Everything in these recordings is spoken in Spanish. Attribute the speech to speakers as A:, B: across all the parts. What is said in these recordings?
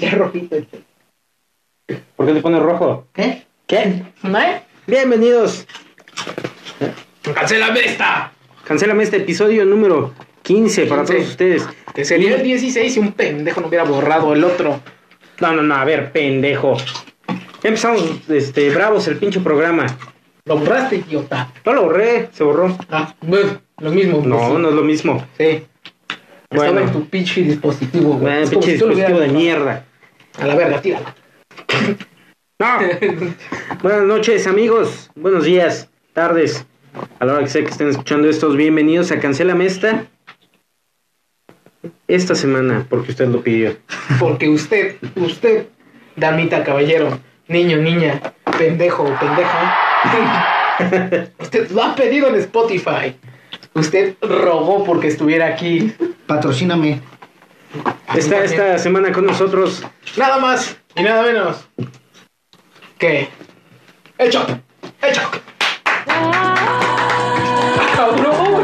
A: Ya rojito.
B: ¿Por qué te pones rojo?
A: ¿Qué?
B: ¿Qué?
A: ¿Mae?
B: Bienvenidos.
C: ¡Cancela esta!
B: Cancélame este episodio número 15 para
C: 15.
B: todos ustedes.
C: Que sería el 16 si un pendejo no hubiera borrado el otro.
B: No, no, no, a ver, pendejo. Ya empezamos este, bravos el pinche programa.
C: Lo borraste, idiota.
B: No lo borré, se borró.
C: Ah, bueno, lo mismo.
B: No,
C: pues,
B: no es lo mismo.
C: Sí.
B: Bueno.
C: Estaba en tu pinche dispositivo, güey.
B: Eh,
C: Es como
B: pinche
C: si tú lo
B: dispositivo de
C: hubieras-
B: mierda.
C: A la verga, tírala.
B: No. Buenas noches, amigos. Buenos días, tardes. A la hora que sea que estén escuchando estos, bienvenidos a Cancélame esta. Esta semana, porque usted lo pidió.
C: Porque usted, usted, damita, caballero, niño, niña, pendejo, pendeja, usted lo ha pedido en Spotify. Usted rogó porque estuviera aquí.
A: Patrocíname.
B: Está esta semana con nosotros
C: Nada más y nada menos que el Choc. El Choc. ¡Ah, cabrón!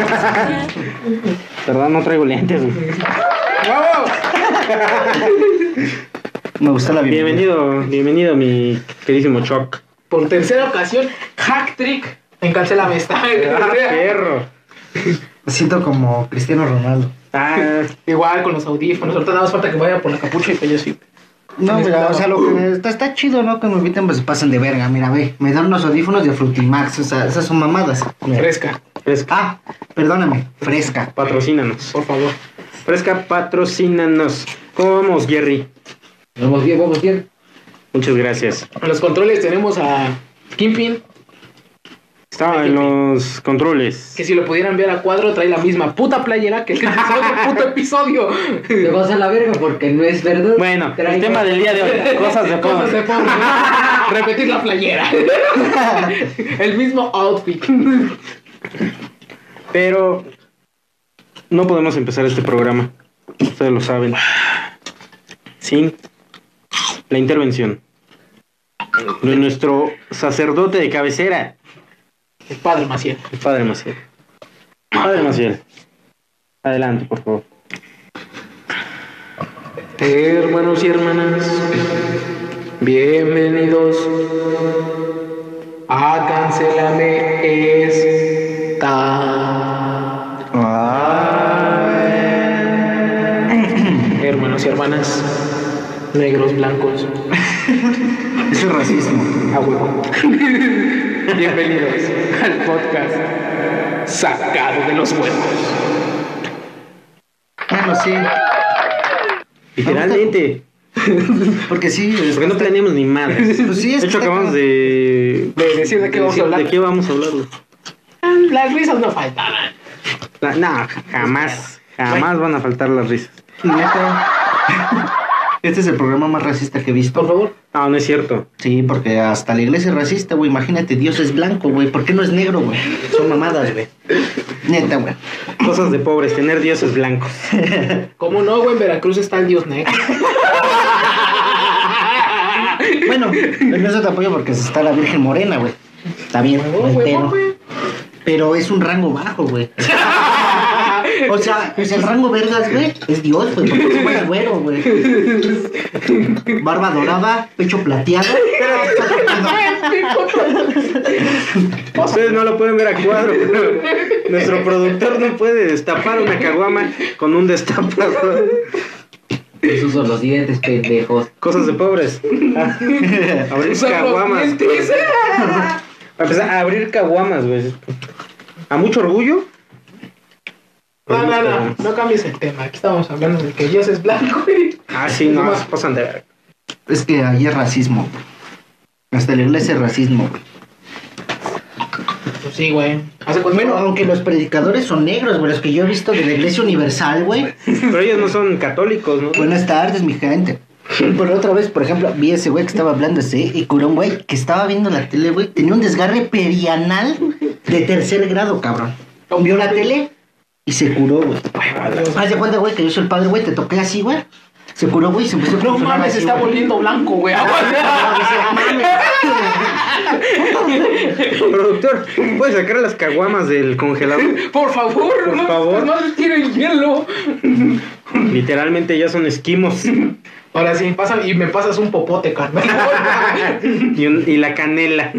B: Perdón, no traigo lentes. güey.
C: ¡Bravo!
A: Me gusta la bienvenida.
B: Bienvenido, bienvenido mi queridísimo Choc.
C: Por tercera ocasión, hack trick en cancela esta.
B: Ah, perro.
A: Me siento como Cristiano Ronaldo.
B: Ah,
C: Igual con los audífonos. Ahorita nada más falta que vaya por la capucha y que yo sí.
A: No,
C: Sí,
A: mira,
C: claro.
A: o sea, lo que me- está, está chido, ¿no? Que me inviten, pues se pasan de verga. Mira, ve, me dan unos audífonos de Frutimax, o sea, esas son mamadas. Mira.
C: Fresca,
B: es
A: Ah, perdóname, fresca.
B: Patrocínanos.
C: por favor.
B: Fresca, patrocínanos. ¿Cómo vamos, Jerry?
A: Vamos bien, vamos bien.
B: Muchas gracias.
C: En los controles tenemos a Kimpin,
B: Estaba en los controles.
C: que si lo pudieran ver a cuadro trae la misma puta playera que el episodio, puto episodio.
D: Te vas a la verga porque no es verdad.
B: Bueno, el
D: Traigo-
B: tema del día de hoy, cosas de
C: Cosas
B: pobres.
C: pobre. Repetir la playera. el mismo outfit.
B: Pero no podemos empezar este programa. Ustedes lo saben. Sin la intervención de nuestro sacerdote de cabecera,
C: El padre Maciel.
B: el padre Maciel. Padre Maciel, adelante, por favor.
C: Hermanos y hermanas, bienvenidos a Cancelame Esta. Hermanos y hermanas, negros, blancos,
A: Eso es racismo.
C: a huevo. Bienvenidos al podcast Sacado de los Huevos.
A: Bueno, sí,
B: Literalmente,
A: porque sí. es-
B: porque no planeamos ni madres.
A: Pues sí, es
B: de hecho,
A: que-
B: acabamos de.
C: De decir de qué vamos a
B: decir
C: hablar.
B: ¿De qué vamos a hablar?
C: Las risas no faltaban.
B: La- No, jamás, jamás van a faltar las risas.
A: Neta. Este es el programa más racista que he
C: Por
A: visto.
C: favor,
B: No, no es cierto.
A: Sí, porque hasta la iglesia es racista, güey. Imagínate, Dios es blanco, güey. ¿Por qué no es negro, güey? Son mamadas, güey. Neta, güey.
B: Cosas de pobres, tener dioses blancos.
C: ¿cómo no, güey? En Veracruz está el dios negro.
A: Bueno, en eso te apoyo porque está la Virgen Morena, güey. Está bien,
C: Huevo,
A: no hay
C: huevo,
A: pedo.
C: güey.
A: Pero es un rango bajo, güey. O sea, es el rango vergas, güey. Es Dios, güey. Porque es buen güero, güey. Barba dorada, pecho plateado.
B: Ustedes no lo pueden ver a cuadro, pero nuestro productor no puede destapar una caguama con un destapador.
D: Sus son los dientes, pendejos.
B: Cosas de pobres. Abrir
C: Usar los
B: caguamas.
C: dientes.
B: Para empezar, a abrir caguamas, güey. A mucho orgullo.
C: No, no, no, no cambies el tema. Aquí estamos hablando de que Dios es blanco. güey.
B: Ah, sí, no, pasan de verga.
A: Es que ahí es racismo, güey. Hasta la iglesia es racismo, güey.
C: Pues sí, güey. Hace cuánto.
A: Bueno, aunque los predicadores son negros, güey. Los que yo he visto de la iglesia universal, güey.
B: Pero ellos no son católicos, ¿no?
A: Buenas tardes, mi gente. Por otra vez, por ejemplo, vi ese güey que estaba hablando así y curó un güey que estaba viendo la tele, güey. Tenía un desgarre perianal de tercer grado, cabrón. Vio la tele y se curó, güey.
C: Adiós.
A: Haz de cuenta, güey, que yo soy el padre, güey. Te toqué así, güey. Se curó, güey, se empezó a
C: No
A: controlar
C: mames, se
A: así,
C: está
A: güey.
C: volviendo blanco, güey.
A: Ah, dice, "No mames".
B: Productor, ¿puedes sacar las caguamas del congelador?
C: Por favor,
B: Por
C: no,
B: favor.
C: no tienen hielo.
B: Literalmente ya son esquimos. Y,
C: Ahora sí, pasa y me pasas un popote, carnal.
B: un- y la canela.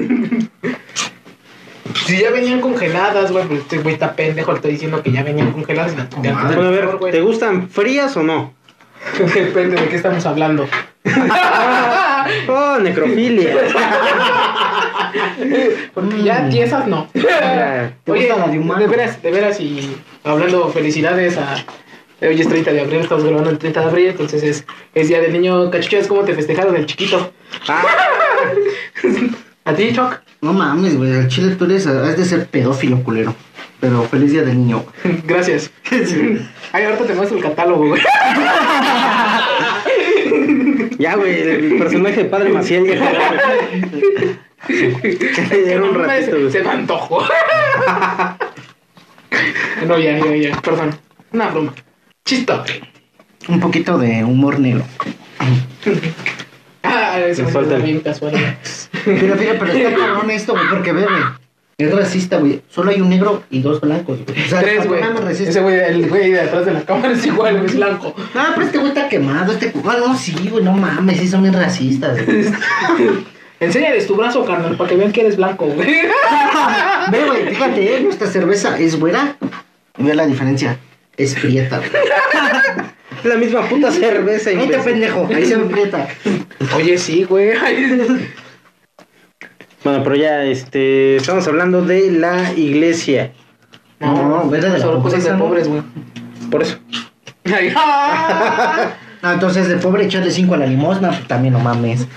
C: si ya venían congeladas, güey, pues este güey está pendejo, le estoy diciendo que ya venían congeladas. y las- de antes del
B: Bueno, a
C: calor,
B: ver,
C: güey.
B: ¿te gustan frías o no?
C: Depende de qué estamos hablando.
B: Oh, necrofilia.
C: Porque ya tiesas no.
A: ¿Te gusta la de humano?
C: de veras, de veras y hablando felicidades a hoy es 30 de abril, estamos grabando el 30 de abril, entonces es, es día del niño cachuchas, ¿cómo te festejaron el chiquito?
B: Ah,
C: ¿A ti, Choc?
A: No mames, güey, al chile tú eres, has de ser pedófilo, culero. Pero feliz día del niño.
C: Gracias. Ay, ahorita te muestro el catálogo, güey.
B: ya, güey, el personaje de Padre Maciel ya Era un
C: No mames,
B: ratito, güey.
C: Se me antojó. no, ya, ya, ya, perdón. Una broma. Chistote.
A: Un poquito de humor negro.
C: Ah, eso
B: Me
C: me
B: falta
C: suena
B: el-
C: bien casual. güey.
A: Pero fíjate, pero está cabrón esto, güey, porque ve, güey. Es racista, güey. Solo hay un negro y dos blancos, güey. O sea,
C: Tres,
A: no
C: güey.
A: mames, racista.
C: Ese güey, el güey de atrás de la cámara es igual, es blanco.
A: No, pero este güey está quemado, este cu- Ah, no, sí, güey, no mames, sí son bien racistas, güey.
C: Enséñales tu brazo, carnal, para que vean que eres blanco, güey.
A: Ve, güey, fíjate, eh, nuestra cerveza es güera. Ve la diferencia. Es prieta, güey.
B: Es la misma puta cerveza,
A: Ahí te
B: imbécil.
A: pendejo, ahí se ve prieta.
C: Oye, sí, güey. Ay,
B: Bueno, pero ya, este, estamos hablando de la iglesia.
A: No, vete de la
C: Solo cosas de
A: pobreza, ¿no?
C: pobres, güey.
B: Por eso.
C: Ay, ah.
A: Ah, entonces de pobre echarle cinco a la limosna, pues también no mames.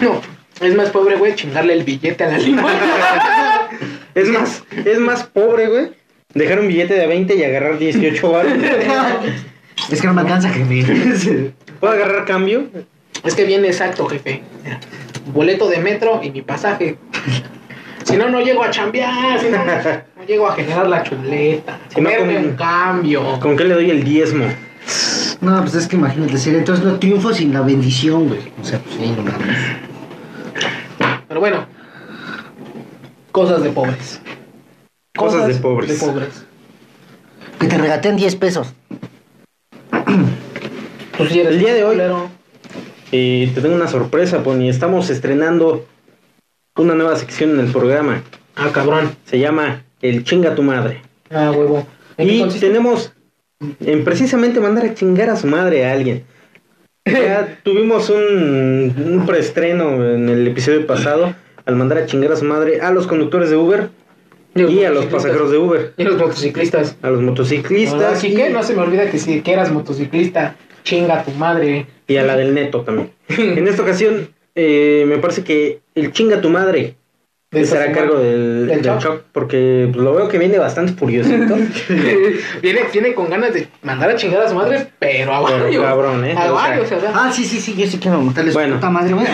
C: No, es más pobre, güey, chingarle el billete a la limona.
B: Es más, es más pobre, güey. Dejar un billete de 20 y agarrar 18 baros.
A: Es que no me alcanza, jefe.
B: ¿Puedo agarrar cambio?
C: Es que bien exacto, jefe. Mira, Boleto de metro y mi pasaje. Si no, no llego a chambear. Si no, no llego a generar la chuleta.
B: Si no,
C: Comerme
B: con-
C: un cambio.
B: ¿Con qué le doy el diezmo?
A: No, pues es que imagínate, si entonces no triunfo sin la bendición, güey. O sea, pues sí, no mames.
C: Pero bueno, cosas de pobres.
B: Cosas de pobres.
C: De pobres.
A: Que te regateen 10 pesos.
C: Tú sí eres
B: El día de hoy-
C: culero.
B: Y te tengo una sorpresa, Pony. Estamos estrenando una nueva sección en el programa.
C: Ah, cabrón.
B: Se llama El chinga tu madre.
C: Ah, huevo. ¿En qué
B: Y
C: consiste?
B: tenemos en precisamente mandar a chingar a su madre a alguien. Ya tuvimos un, un preestreno en el episodio pasado al mandar a chingar a su madre a los conductores de Uber y a los pasajeros de Uber,
C: Y a los motociclistas.
B: a los
C: Ah,
B: motociclistas
C: sí, que no se me olvida que si que eras motociclista, chinga tu madre.
B: y a la del neto también. En esta ocasión eh, me parece que el chinga tu madre estará a
C: esa
B: cargo
C: semana.
B: del,
C: ¿Del
B: del
C: Choc?
B: Choc, porque pues, lo veo que viene bastante furiosito.
C: viene, viene con ganas de mandar a chingar a su madre, pero a
B: Pero
C: varios.
B: cabrón, ¿eh?
C: A
B: O sea,
C: varios, o sea,
A: Ah, sí, sí, sí, yo sí quiero montarles
B: Bueno.
A: puta madre, güey.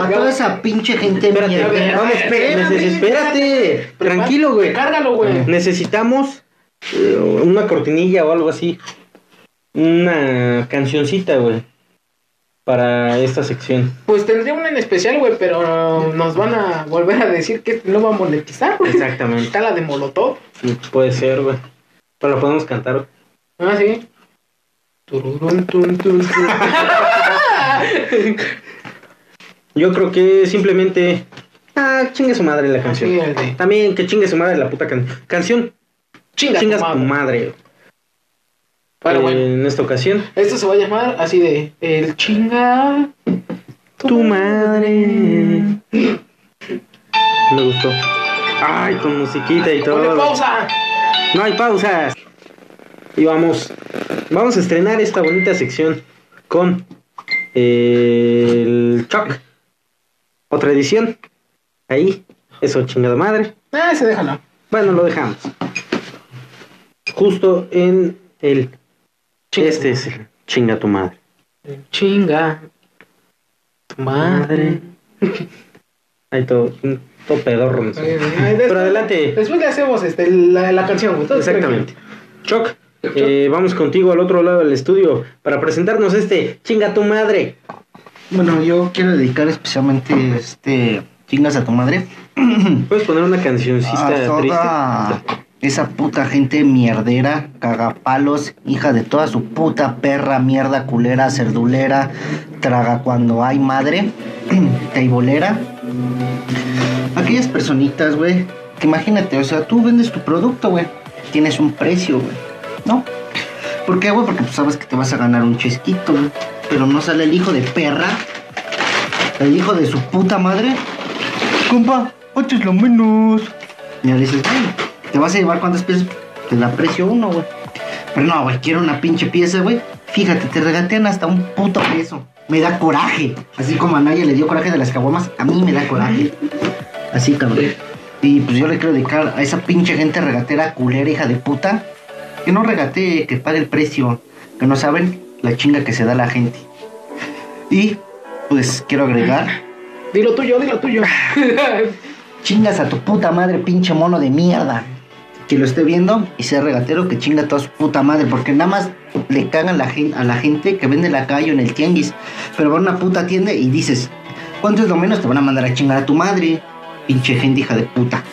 A: A toda esa pinche gente
B: Espérate,
A: mierda.
C: espérate,
B: vamos, espérate, espérate. Tranquilo, güey.
C: Cárgalo, güey.
B: Necesitamos eh, una cortinilla o algo así. Una cancioncita, güey. Para esta sección.
C: Pues tendría una en especial, güey, pero nos van a volver a decir que no va a monetizar, güey.
B: Exactamente.
C: Está la de Molotov.
B: Puede ser, güey. Pero la podemos cantar.
C: Ah, sí. Tururún, tun, tun, tun.
B: Yo creo que simplemente. Ah, chingue su madre la canción.
C: Sí, el de
B: También que chingue su madre la puta can- canción.
C: Chinga
B: Chingas
C: tu madre.
B: tu madre.
C: Pero
B: Eh,
C: bueno,
B: En esta ocasión.
C: esto se va a llamar así de el chinga.
B: Tu madre. Me gustó. Ay, con musiquita y todo.
C: Ponle pausa.
B: No hay pausas. Y vamos, vamos a estrenar esta bonita sección con eh, el Choc. Otra edición. Ahí, eso chingada madre.
C: Ah, se déjalo.
B: Bueno, lo dejamos. Justo en el.
C: Chinga
B: este
C: tu
B: es el chinga tu madre.
C: Chinga. Tu madre.
B: Ahí todo, todo pedorro. no sé.
C: Pero
B: adelante.
C: Después le hacemos este, la, la canción, güey. Todo
B: Exactamente. Choc, Eh, vamos contigo al otro lado del estudio para presentarnos este chinga tu madre.
A: Bueno, yo quiero dedicar especialmente este chingas a tu madre.
B: ¿Puedes poner una
C: Ah,
A: a
B: cancioncita triste?
A: Ah, toda esa puta gente mierdera, cagapalos, hija de toda su puta perra, mierda, culera, cerdulera, traga cuando hay madre, teibolera. Aquellas personitas, güey, que imagínate, o sea, tú vendes tu producto, güey, tienes un precio, güey, ¿no? ¿Por qué, güey? Porque pues, sabes que te vas a ganar un chesquito, güey, pero no sale el hijo de perra, el hijo de su puta madre. Compa, es lo menos. Y le dices, güey, ¿te vas a llevar cuántas piezas? Te la precio uno, güey. Pero no, güey, quiero una pinche pieza, güey. Fíjate, te regatean hasta un puto peso. Me da coraje. Así como a Naya le dio coraje de las caguamas, a mí me da coraje. Así, cabrón. Y pues yo le quiero dedicar a esa pinche gente regatera, culera, hija de puta. Que no regatee, que pague el precio. Que no saben la chinga que se da la gente. Y pues quiero agregar
C: Dilo tuyo, dilo tuyo.
A: Chingas a tu puta madre, pinche mono de mierda. Que lo esté viendo y sea regatero que chinga a toda su puta madre. Porque nada más le cagan la gen- a la gente que vende en la calle o en el tianguis. Pero va a una puta tienda y dices, ¿cuánto es lo menos? Te van a mandar a chingar a tu madre. Pinche gente hija de puta.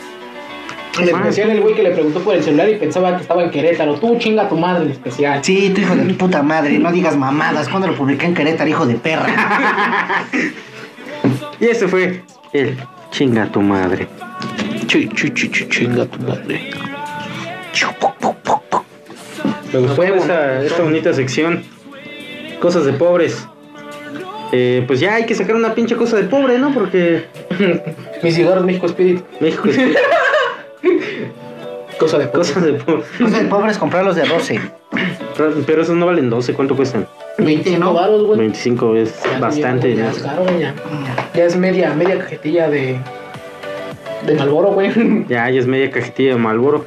C: En especial el güey que le preguntó por el celular y pensaba que estaba en Querétaro. Tú chinga a tu madre en especial.
A: Sí, tu hijo de tu puta madre. No digas mamadas. Cuando lo publiqué en Querétaro, hijo de perra?
B: Y este fue el chinga tu madre.
C: Chinga tu madre.
B: Me gustó
C: Huevo.
B: esa- esta bonita sección. Cosas de pobres. Eh, pues ya hay que sacar una pinche cosa de pobre, ¿no? Porque
C: Mis ciudadanos México Spirit.
B: México es
C: Cosa de cosas.
B: cosas de pobre.
A: O sea, el pobre es comprarlos de 12.
B: Pero esos no valen 12, ¿cuánto cuestan?
A: 20,
C: No
A: ¿no?
C: varos, güey.
B: 25 es
C: Pues, Ya,
B: bastante.
C: Ya,
B: ¿no?
C: es caro, ya. Ya es media, media cajetilla de. de Malboro, güey.
B: Ya, ya es media cajetilla de Malboro.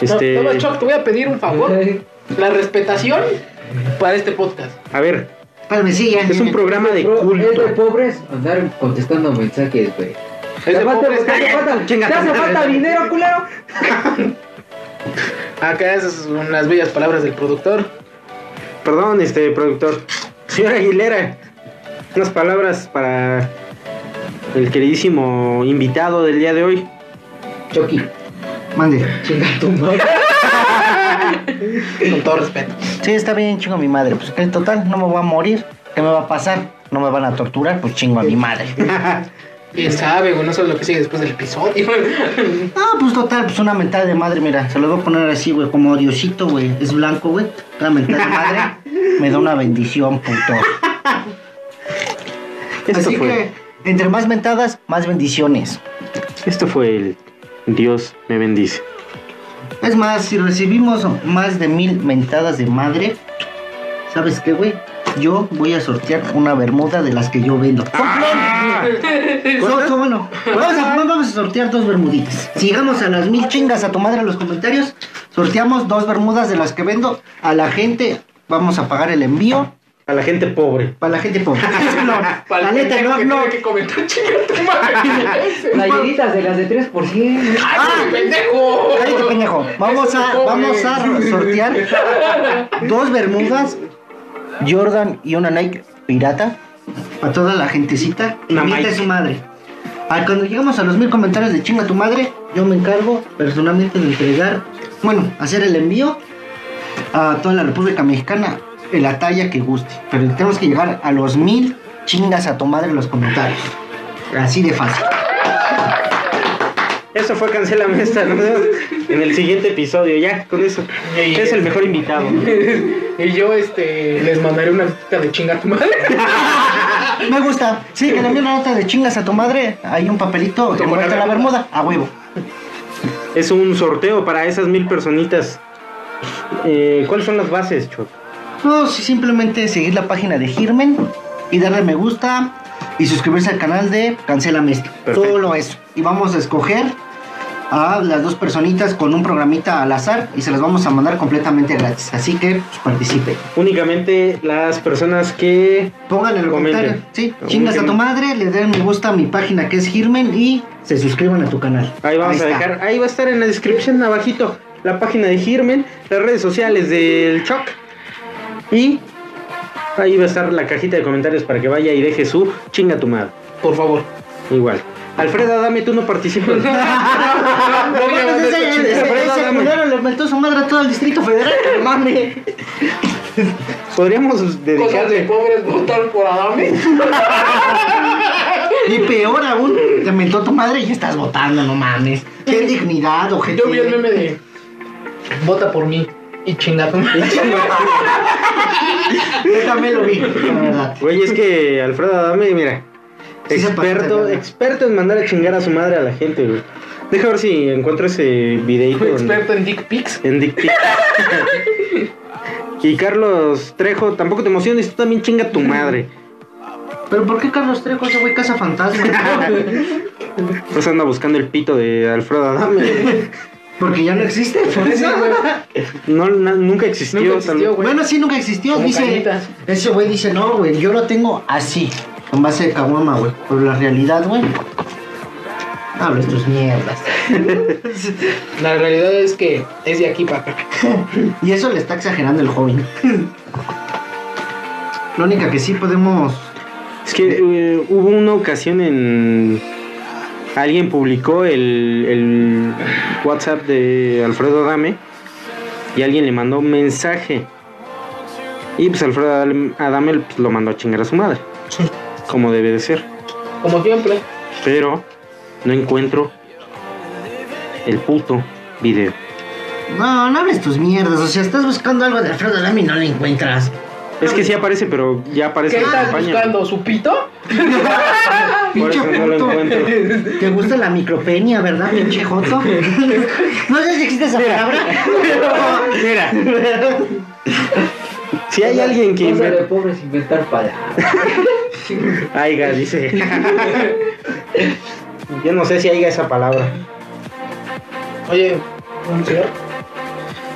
B: Este,
C: No, no, Choc, te voy a pedir un favor. La respetación para este podcast.
B: a ver,
A: Espérame, sí, ya.
B: es un programa de
D: Bro, es eh, de
B: culto.
D: pobres andar contestando mensajes, güey.
C: Es
D: Te
C: de
D: falta-
C: pobres,
D: te hace falta-
B: Chinga
D: te
B: tu
D: hace
B: madre.
D: falta dinero, culero.
C: Acá esas son unas bellas palabras del productor.
B: Perdón, este productor. Señora Aguilera, unas palabras para el queridísimo invitado del día de hoy.
D: Chucky,
A: Mande.
D: chinga tu madre.
C: Con todo respeto.
A: Sí, está bien, chingo a mi madre. Pues que en total no me voy a morir. ¿Qué me va a pasar? No me van a torturar, pues chingo a mi madre.
C: Quién sabe, güey, no sabes lo que sigue después del episodio.
A: Ah, pues total, pues una mentada de madre, mira. Se lo voy a poner así, güey, como Diosito, güey. Es blanco, güey. Una mentada de madre me da una bendición, puto.
B: Esto
A: así
B: fue,
A: que, entre más mentadas, más bendiciones.
B: esto fue el Dios me bendice.
A: Es más, si recibimos más de mil mentadas de madre, ¿sabes qué, güey? Yo voy a sortear una bermuda de las que yo vendo. So- so, bueno, vamos a, vamos a sortear dos bermuditas. Si llegamos a las mil chingas a tu madre en los comentarios, sorteamos dos bermudas de las que vendo a la gente. Vamos a pagar el envío
B: A la gente pobre.
A: para la gente pobre. No,
C: Para
A: la
C: el
A: neta,
C: pendejo
A: no,
C: que
A: no.
C: tiene que comentar, chinga tu madre.
D: Playeritas de las de 3%.
A: Ah,
C: ¡Ay, qué pendejo!
A: Cállate, pendejo. Vamos
C: Eso es
A: a,
C: pobre.
A: vamos a sortear dos bermudas, Jordan y una Nike pirata a toda la gentecita.
B: Una
A: Invita a
B: Nike.
A: su madre. Ah, cuando llegamos a los mil comentarios de chinga tu madre, yo me encargo personalmente de entregar, bueno, hacer el envío a toda la República Mexicana en la talla que guste. Pero tenemos que llegar a los mil chingas a tu madre en los comentarios. Así de fácil.
B: Eso fue Cancélame esta, ¿no? En el siguiente episodio, ya, con eso.
C: Ey,
B: Es el mejor invitado.
C: Y yo, este, les mandaré una notita de chinga tu madre.
A: Me gusta. Sí, que le envíe una nota de chingas a tu madre. Hay un papelito
C: Junto con
A: envuelto en
C: la
A: la bermuda. A huevo.
B: Es un sorteo para esas mil personitas. Eh, ¿Cuáles son las bases, Choc?
A: No, sí, simplemente seguir la página de Girmen y darle me gusta y suscribirse al canal de Cancela Esto.
B: Perfecto.
A: Solo eso. Y vamos a escoger a las dos personitas con un programita al azar y se las vamos a mandar completamente gratis. Así que pues, participe.
B: Únicamente las personas que
A: Pongan en el
B: Comenten.
A: comentario. Sí,
B: Comenten.
A: chingas a tu madre, le den me gusta a mi página que es Girmen y se suscriban a tu canal.
B: Ahí vamos a
A: está.
B: dejar, ahí va a estar en la descripción abajito. la página de Girmen, las redes sociales del Choc. Y ahí va a estar la cajita de comentarios para que vaya y deje su chinga tu madre.
C: Por favor.
B: Igual. Alfreda, dame, tú no participas.
A: Ah, No pues, mames, ese, ese- ese culero le metió su madre a todo el Distrito Federal, no mames.
B: Podríamos
C: Cosas de
B: dedicarle.
C: pobres votar por Adame.
A: Y peor aún, te mentó tu madre y ya estás votando, no mames. Qué dignidad, ojete.
C: Yo vi el meme de vota por mí y chinga tu madre.
A: Yo también lo vi, la verdad.
B: Güey, es que Alfredo Adame, mira,
A: Sí se pasó de
B: experto,
A: verga.
B: experto en mandar a chingar a su madre a la gente, güey. Deja ver si encuentro ese videito en-
C: Experto en dick pics.
B: en Dick Pic. Y Carlos Trejo, tampoco te emociones, tú también chinga tu madre.
A: Pero ¿por qué Carlos Trejo ese güey casa fantasma?
B: Pues anda buscando el pito de Alfredo Adame.
A: Porque ya no existe, por eso.
B: No, na- nunca existió.
C: Nunca existió, güey.
A: Bueno, sí, nunca existió.
C: Como
A: dice,
C: cañitas.
A: ese güey dice, no, güey, yo lo tengo así, con base de caguama, güey. Pero la realidad, güey. Hablas tus mierdas.
C: La realidad es que es de aquí para acá.
A: Y eso le está exagerando el joven. Lo única que sí podemos.
B: Es que eh, hubo una ocasión en... Alguien publicó el, el WhatsApp de Alfredo Adame y alguien le mandó un mensaje. Y pues Alfredo Adame- Adame pues, lo mandó a chingar a su madre. Como debe de ser.
C: Como siempre.
B: Pero no encuentro el puto video.
A: No, no hables tus mierdas. O sea, estás buscando algo de Alfredo Lamy y no lo encuentras.
B: Es que sí aparece, pero ya aparece
C: ¿Qué
B: en
C: estás
B: España.
C: buscando? ¿Su pito?
B: Por
A: Pinche
B: eso no lo
A: joto.
B: encuentro.
A: Te gusta la micropenia, ¿verdad, pinche joto? No sé si existe esa palabra.
B: Mira, si hay alguien que
D: Cosa de
B: inventa.
D: pobres inventar palabras.
B: Aiga, dice. Yo no sé si aiga esa palabra.
C: Oye, ¿un cigarro?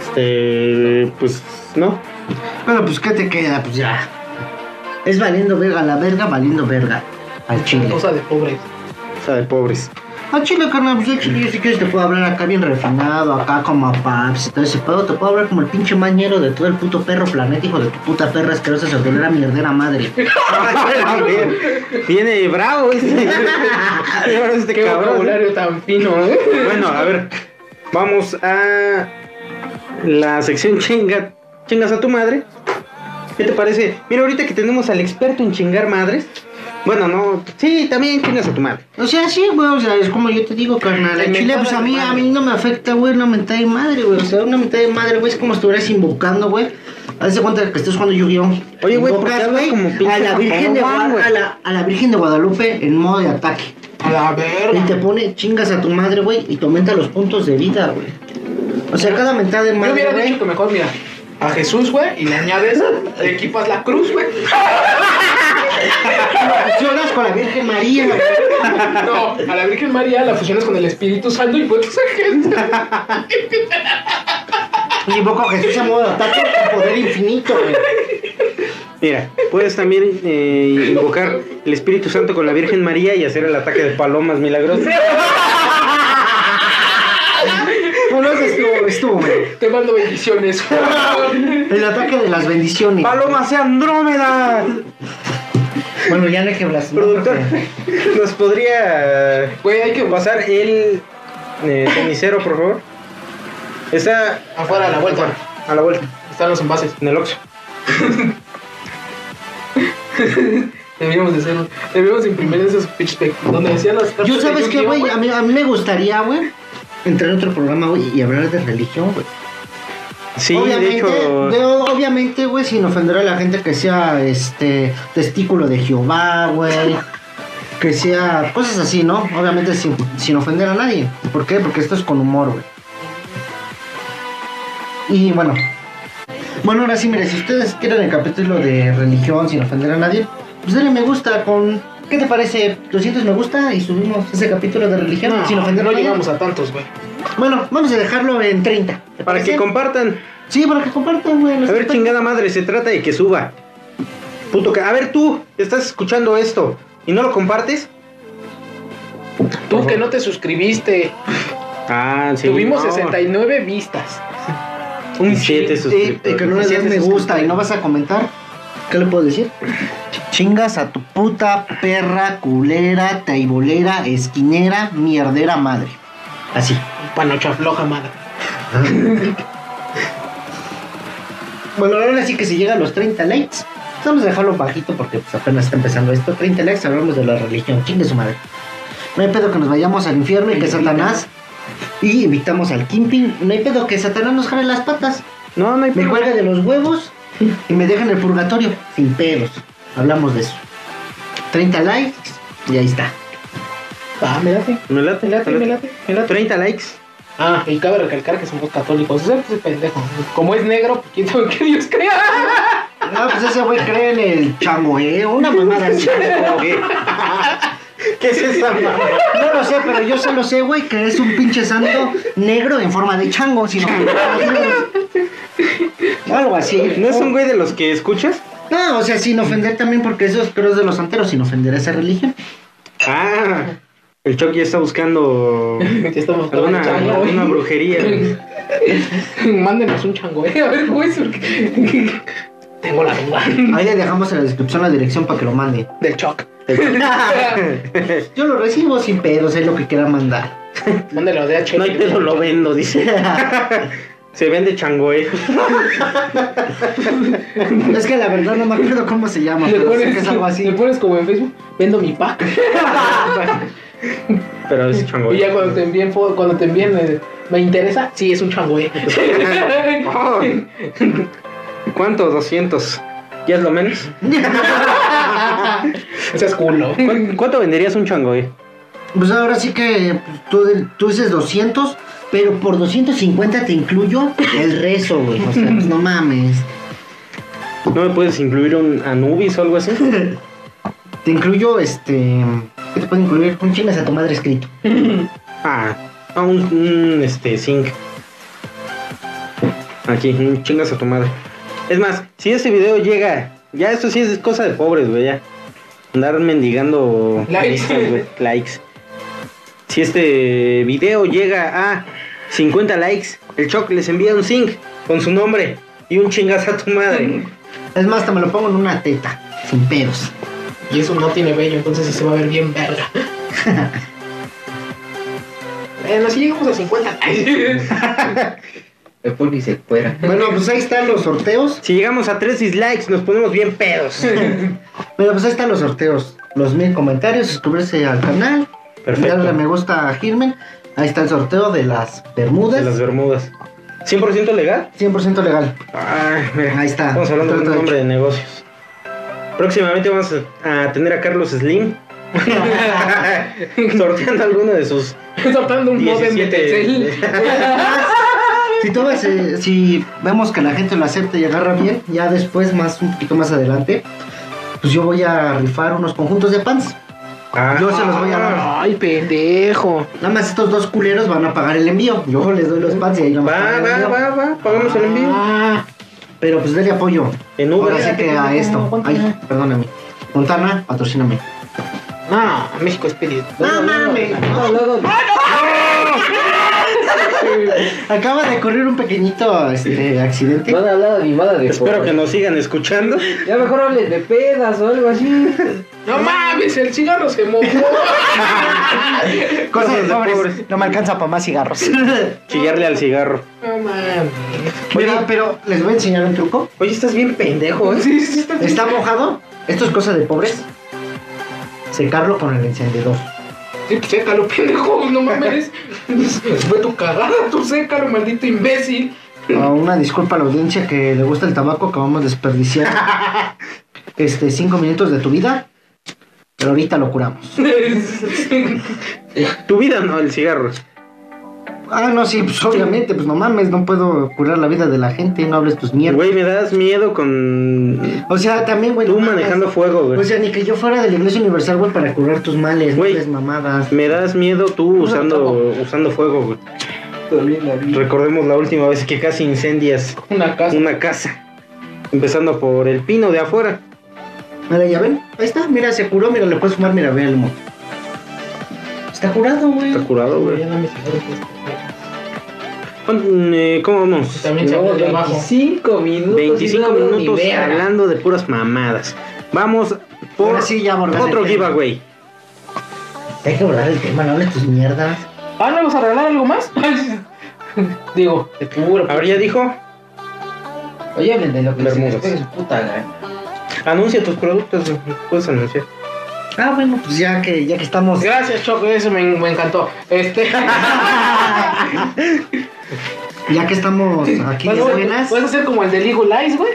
B: Este. Pues no.
A: Pero pues, ¿qué te queda? Pues ya. Es valiendo verga la verga, valiendo verga. Al chile.
C: Cosa de pobres.
B: O sea, de pobres.
A: Al chile, carnal, pues al chile yo si quieres te puedo hablar acá bien refinado, acá como a paps y todo ese pedo. Te puedo hablar como el pinche mañero de todo el puto perro planeta, hijo de tu puta perra asquerosa, sordolera, mierdera madre.
B: Viene bravo este. este
C: Qué
B: cabrón.
C: vocabulario tan fino, ¿eh?
B: Bueno, a ver. Vamos a la sección chinga, chingas a tu madre. ¿Qué te parece? Mira, ahorita que tenemos al experto en chingar madres. Bueno, no. Sí, también chingas a tu madre.
A: O sea, sí, güey, o sea, es como yo te digo, carnal. Al
C: Me
A: chile,
C: caga
A: pues a
C: de
A: mí,
C: madre.
A: a mí no me afecta, güey, una mentada de madre, güey. O sea, una mentada de madre, güey, es como si estuvieras invocando, güey. Hazte cuenta que estás jugando Yu-Gi-Oh!
B: Oye, güey, ¿por qué
A: Invocas,
B: hablas como pinche
A: a la Virgen de
B: Japón,
A: Guadalupe,
B: güey?
A: a la, a la Virgen de Guadalupe en modo de ataque.
C: A la
A: Y te
C: verga.
A: pone chingas a tu madre, güey, y te aumenta los puntos de vida, güey. O sea, cada mentada de
C: Yo
A: madre,
C: hubiera
A: güey.
C: dicho que mejor, mira, a Jesús, güey, y le añades, le equipas la cruz, güey.
A: Fusionas con la Virgen María, güey.
C: No, a la Virgen María la fusionas con el Espíritu Santo y pues a gente.
A: Y invoco a Jesús a modo de ataque con poder infinito, güey.
B: Mira, puedes también eh, invocar el Espíritu Santo con la Virgen María y hacer el ataque de palomas milagrosas.
A: No, no, ese estuvo, estuvo, güey.
C: Te mando bendiciones.
A: El ataque de las bendiciones.
B: ¡Palomas de Andrómeda!
A: Bueno, ya no hay que blasfemar.
B: Productor,
A: porque-
B: ¿nos podría
C: Güey, hay que pasar
B: pasar el eh, cenicero, por favor? Está
C: afuera a la vuelta.
B: a la vuelta,
C: Están los envases.
B: en el Oxxo.
C: Deberíamos de hacer, deberíamos imprimir esos pitch decks donde decían las cartas
A: Yo
C: de
A: sabes qué,
C: Yu-Gi-Oh,
A: güey, a mí, a mí me gustaría, güey, entrar en otro programa, güey, y hablar de religión, güey.
B: Sí,
A: obviamente,
B: de hecho.
A: de- obviamente, güey, sin ofender a la gente que sea, este, testículo de Jehová, güey. Que sea cosas así, ¿no? Obviamente sin, sin ofender a nadie. ¿Por qué? Porque esto es con humor, güey. Y bueno. Bueno, ahora sí, mire, si ustedes quieren el capítulo de religión sin ofender a nadie, pues denle me gusta con... ¿Qué te parece? 200 me gusta y subimos ese capítulo de religión
C: No,
A: sin ofender
C: no
A: a nadie.
C: llegamos a tantos, güey.
A: Bueno, vamos a dejarlo en 30. ¿te
B: Para que
A: parece?
B: compartan.
A: Sí, para que compartan, güey. los
B: A ver,
A: que-
B: chingada madre, se trata de que suba. Puto ca- A ver, tú, estás escuchando esto y no lo compartes.
C: Tú que no te suscribiste.
B: Ah, sí.
C: Tuvimos
B: no,
C: 69 vistas.
B: Un 7
A: Y, y que no le des
C: Siete
A: me gusta
C: suscriptores.
A: y no vas a comentar. ¿Qué le puedo decir? Chingas a tu puta perra, culera, taibolera, esquinera, mierdera madre. Así.
C: Panocha floja, madre.
A: Bueno, ahora sí que si llega a los 30 likes, pues vamos a dejarlo bajito porque pues, apenas está empezando esto. 30 likes, hablamos de la religión, chingue su madre. No hay pedo que nos vayamos al infierno y que Satanás. Y invitamos al Kimping. No hay pedo que Satanás nos jale las patas.
B: No, no hay
A: Me
B: problema.
A: cuelga de los huevos y me deja en el purgatorio. Sin pedos. Hablamos de eso. 30 likes y ahí está.
C: Ah, me late.
B: Me late,
C: Me late, me late, me late.
B: 30 likes.
C: Ah, y cabe recalcar que somos católicos. Ese es pendejo. Como es negro, pues, quién sabe qué Dios crea.
A: No, pues ese güey cree en el chango, ¿eh? Una mamada así.
B: ¿Qué? ¿Qué es esa mamá?
A: No lo sé, pero yo solo sé, güey, que es un pinche santo negro en forma de chango, sino algo así.
B: ¿No
C: Oh.
B: es un güey de los que escuchas?
A: No, o sea, sin ofender también, porque eso creo es de los santeros, sin ofender a esa religión.
B: Ah, el Chuck ya está buscando
C: Ya estamos con
B: alguna,
C: el chango, güey.
B: alguna brujería.
C: Mándenos un chango, eh. A ver, güey, porque- tengo la duda
A: Ahí le dejamos en la descripción la dirección para que lo mande.
C: del choc.
A: Yo lo recibo sin pedos, es lo que quiera mandar.
C: Mándelo de H.
B: No hay pedo, lo vendo, dice. Se vende changoe.
A: Es que la verdad no me acuerdo cómo se llama,
C: Le
A: pero sé que
C: pones,
A: es algo
C: le
A: así.
C: pones como en Facebook, vendo mi pack.
B: Pero es changoe.
C: Y ya cuando te envíen, fo- cuando te envíen, eh, me interesa, sí, es un changoé.
B: Oh. ¿Cuánto? 200. ¿Ya es lo menos?
C: Ese es culo.
B: ¿Cuán- ¿Cuánto venderías un changoe?
A: Pues ahora sí que pues, tú, tú dices 200, pero por 250 te incluyo el rezo, güey. O sea, pues, no mames.
B: ¿No me puedes incluir un Anubis o algo así?
A: Te incluyo este. ¿Qué te puedo incluir? Un chingas a tu madre escrito.
B: Ah, ah, un, un, este zinc. Aquí, un chingas a tu madre. Es más, si ese video llega, ya esto sí es cosa de pobres, güey, ya. Andar mendigando
C: Likes.
B: vistas, güey, likes. Si este video llega a 50 likes, el Choc les envía un zinc con su nombre y un chingas a tu madre.
A: Es más, te me lo pongo en una teta, sin pedos.
C: Y eso no tiene bello, entonces sí se va a ver bien verga. Bueno, si llegamos a 50.
D: El poli se fuera.
A: Bueno, pues ahí están los sorteos.
B: Si llegamos a 3 dislikes, nos ponemos bien pedos.
A: Bueno, pues ahí están los sorteos. Los mil comentarios, suscribirse al canal,
B: Perfecto.
A: darle me gusta a Girmen. Ahí está el sorteo de las Bermudas.
B: De las Bermudas. ¿100% legal?
A: 100% legal.
B: Ay, mira.
A: Ahí está.
B: Estamos hablando con
A: Trata
B: un
A: de-
B: hombre de negocios. Próximamente vamos a a tener a Carlos Slim sorteando alguno de sus.
C: Sortando un modem de
B: 17.
C: Telcel.
A: Si todas, eh, si vemos que la gente lo acepta y agarra bien, ya después, más un poquito más adelante, pues yo voy a rifar unos conjuntos de pants.
B: Ah,
A: Yo se los voy a dar.
C: Ay, pendejo.
A: Nada más estos dos culeros van a pagar el envío. Yo les doy los pants y ahí nomás.
B: Va,
A: pagan el
B: va,
A: envío.
B: va, va. Pagamos el envío.
C: Ah,
A: Pero pues denle apoyo.
B: En
A: Ahora
B: Uber.
A: sí que a esto. Ay, perdóname. Montana, patrocíname.
C: no, México Spirit.
A: No mames. Acaba de ocurrir un pequeñito este, accidente.
D: Van a hablar de mi madre.
B: Espero que nos sigan escuchando.
D: Ya mejor hables de pedas o algo así.
C: No mames, el cigarro se mojó.
A: Cosas de
B: de
A: pobres.
B: pobres.
A: No me alcanza para más cigarros.
B: Chillarle al cigarro.
C: No mames.
A: Mira, pero les voy a enseñar un truco.
B: Oye, estás bien pendejo. ¿eh?
C: Sí, sí, está-
A: Está mojado. Esto es cosa de pobres. Secarlo con el encendedor.
C: Sí, pues, sécalo, pendejo, no mames. Fue tu cagada, tú sécalo, maldito imbécil.
A: Ah, una disculpa a la audiencia que le gusta el tabaco. Acabamos de desperdiciar este, cinco minutos de tu vida. Pero ahorita lo curamos.
B: Tu vida no, el cigarro.
A: Ah, no, sí, pues obviamente, pues no mames, no puedo curar la vida de la gente, no hables tus mierdas.
B: Güey, me das miedo con.
A: O sea, también, güey.
B: Tú
A: no pues, mames.
B: manejando fuego,
A: O
B: güey.
A: sea, ni que yo fuera de la iglesia universal, güey, para curar tus males,
B: Güey.
A: güey. mamadas.
B: Me das miedo tú usando, usando fuego, güey.
D: También la vi.
B: Recordemos la última vez que casi incendias
C: Una casa.
B: una casa. Empezando por el pino de afuera.
A: Mira, ya ven, ahí está, mira, se curó, mira, le puedes fumar, mira, ve el humo. Está curado, güey.
B: Está curado, güey.
C: Ya dame cigarro, pues.
B: ¿Cuán- eh, ¿Cómo vamos?
C: También se
D: No,
C: habla de abajo.
D: 25 minutos. y
B: 25
D: no hablo ni
B: minutos
D: verga.
B: hablando de puras mamadas. Vamos por
A: Ahora sí, ya abordamos
B: otro
A: el tema.
B: giveaway.
A: pues, Hay que hablar el tema, no hables tus mierdas.
C: Ah, ¿no vamos a regalar algo más? Digo, de puro.
B: A ver, ya dijo,
D: Oye, hablen de lo que se
B: Bermudas.
D: les pegue su puta gana.
B: anuncia tus productos, puedes anunciar.
A: Ah, bueno, pues ya que, ya que estamos.
C: Gracias, Choco, eso me, me encantó. Este.
A: Ya que estamos aquí
C: ¿Vas
A: de
C: a, ser-
A: buenas.
C: vas a ser como el de League Lies, güey?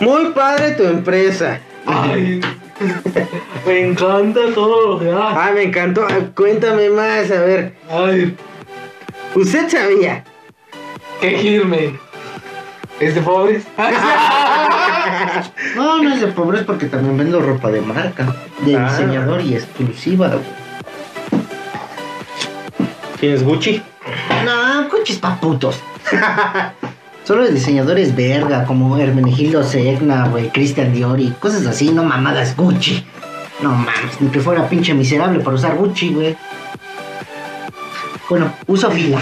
B: Muy padre tu empresa.
C: Ay, me encanta todo lo que hace.
B: Ah, me encantó. Ah, Cuéntame más, a ver.
C: Ay,
B: Usted sabía.
C: qué girme. ¿Es de pobres?
A: No, no es de pobres porque también vendo ropa de marca, de
B: Ah.
A: diseñador y exclusiva. güey.
B: ¿Tienes Gucci?
A: No, coches pa' putos. Solo de diseñadores verga, como Hermenegildo Segna, güey, Christian Dior y cosas así, no mamadas Gucci. No mames, ni que fuera pinche miserable para usar Gucci, güey. Bueno, uso fila.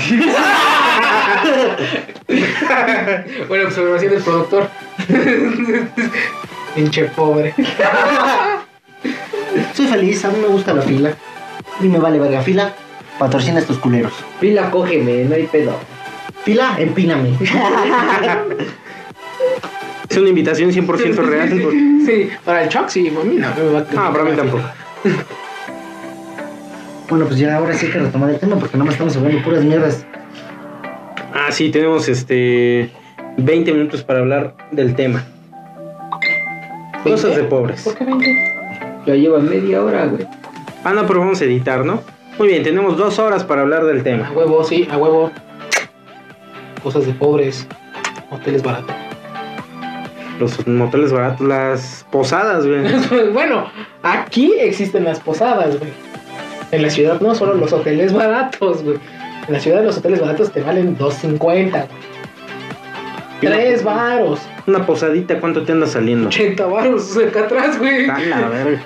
C: bueno, observación del productor. Pinche pobre.
A: Soy feliz, a mí me gusta la fila. Y me vale verga fila. Patrocina estos culeros.
D: Pila, cógeme, no hay pedo.
A: Fila, empíname.
B: Es una invitación 100% real. por-
C: Sí, para el Chuck sí, para mí no. me va a-
B: Ah, para mí tampoco.
A: bueno, pues ya ahora sí hay que retomar el tema porque nada más estamos hablando puras mierdas.
B: Ah, sí, tenemos este 20 minutos para hablar del tema. Cosas de pobres.
C: ¿Por qué 20?
D: Ya lleva media hora, güey.
B: Ah, no, pero vamos a editar, ¿no? Muy bien, tenemos dos horas para hablar del
C: A
B: tema.
C: huevo, sí, a huevo. Cosas de pobres. Hoteles baratos.
B: Los moteles baratos, las posadas, güey.
C: bueno, aquí existen las posadas, güey. En la ciudad no, solo los hoteles baratos, güey. En la ciudad los hoteles baratos te valen 2.50, güey. Tres varos,
B: Una posadita, ¿cuánto te anda saliendo?
C: 80 varos acá atrás, güey.
B: A la verga.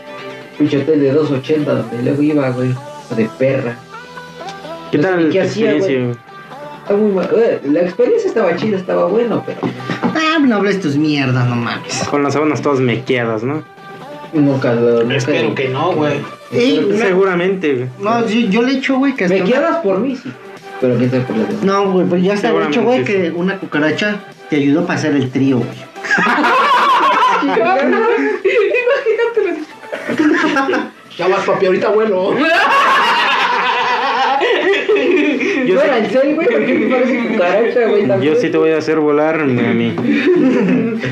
D: Pinche hotel de 280 donde luego iba, güey. Hijo De perra.
B: ¿Qué
D: Pues,
B: tal
D: ¿y qué
B: tu
D: hacía,
B: experiencia? güey?
D: Está muy mal. eh, La experiencia estaba chida, estaba bueno, pero
A: Ah, no hables tus mierdas, no mames.
B: Con las sábanas todas mequeadas, ¿no?
D: nunca lo. nunca-
C: Espero que no, güey.
A: Y no,
B: Seguramente, güey.
A: no, yo, yo le echo, güey, que hasta
D: Me
A: una-
D: quedas por mí, sí. Pero que por la demás.
A: No, güey, pues ya está le echo, güey, que
B: Seguramente
A: una cucaracha te ayudó a pasar el trío, güey.
C: Imagínate. Ya vas, papi, ahorita vuelo.
B: Yo
D: Yo
B: sí-
D: era el cel, güey, porque me parece cucaracha, güey.
B: Yo
D: también.
B: sí te voy a hacer volar, mi mami.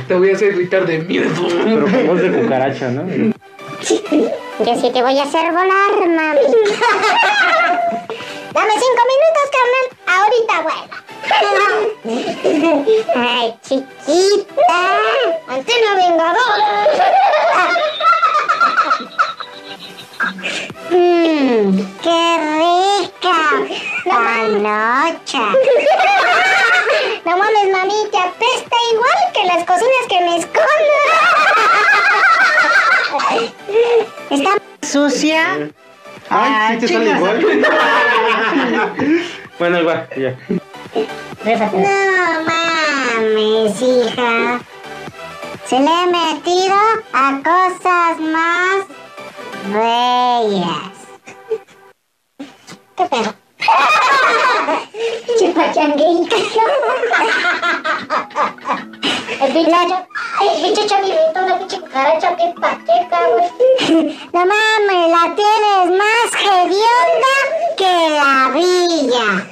C: Te voy a hacer gritar de miedo.
B: Pero con voz de cucaracha, ¿no?
E: Yo sí te voy a hacer volar, mami. Dame cinco minutos, carnal. Ahorita vuelvo. Ay, chiquita. Antonio Vengador. Mmm, qué rica. Panocha. No mames, mami, que apesta igual que las cocinas que me escondo. Está
A: Sucia.
B: Ay, sí te sale
A: chingas.
B: igual. bueno, igual, ya.
E: No mames, hija. Se le ha metido a cosas más bellas. ¿Qué pedo? Chupachanguita. El pinche, el pinche Chucky inventó una pinche cucaracha que paqueta, güey. No mames, la tienes más hedionda que la villa.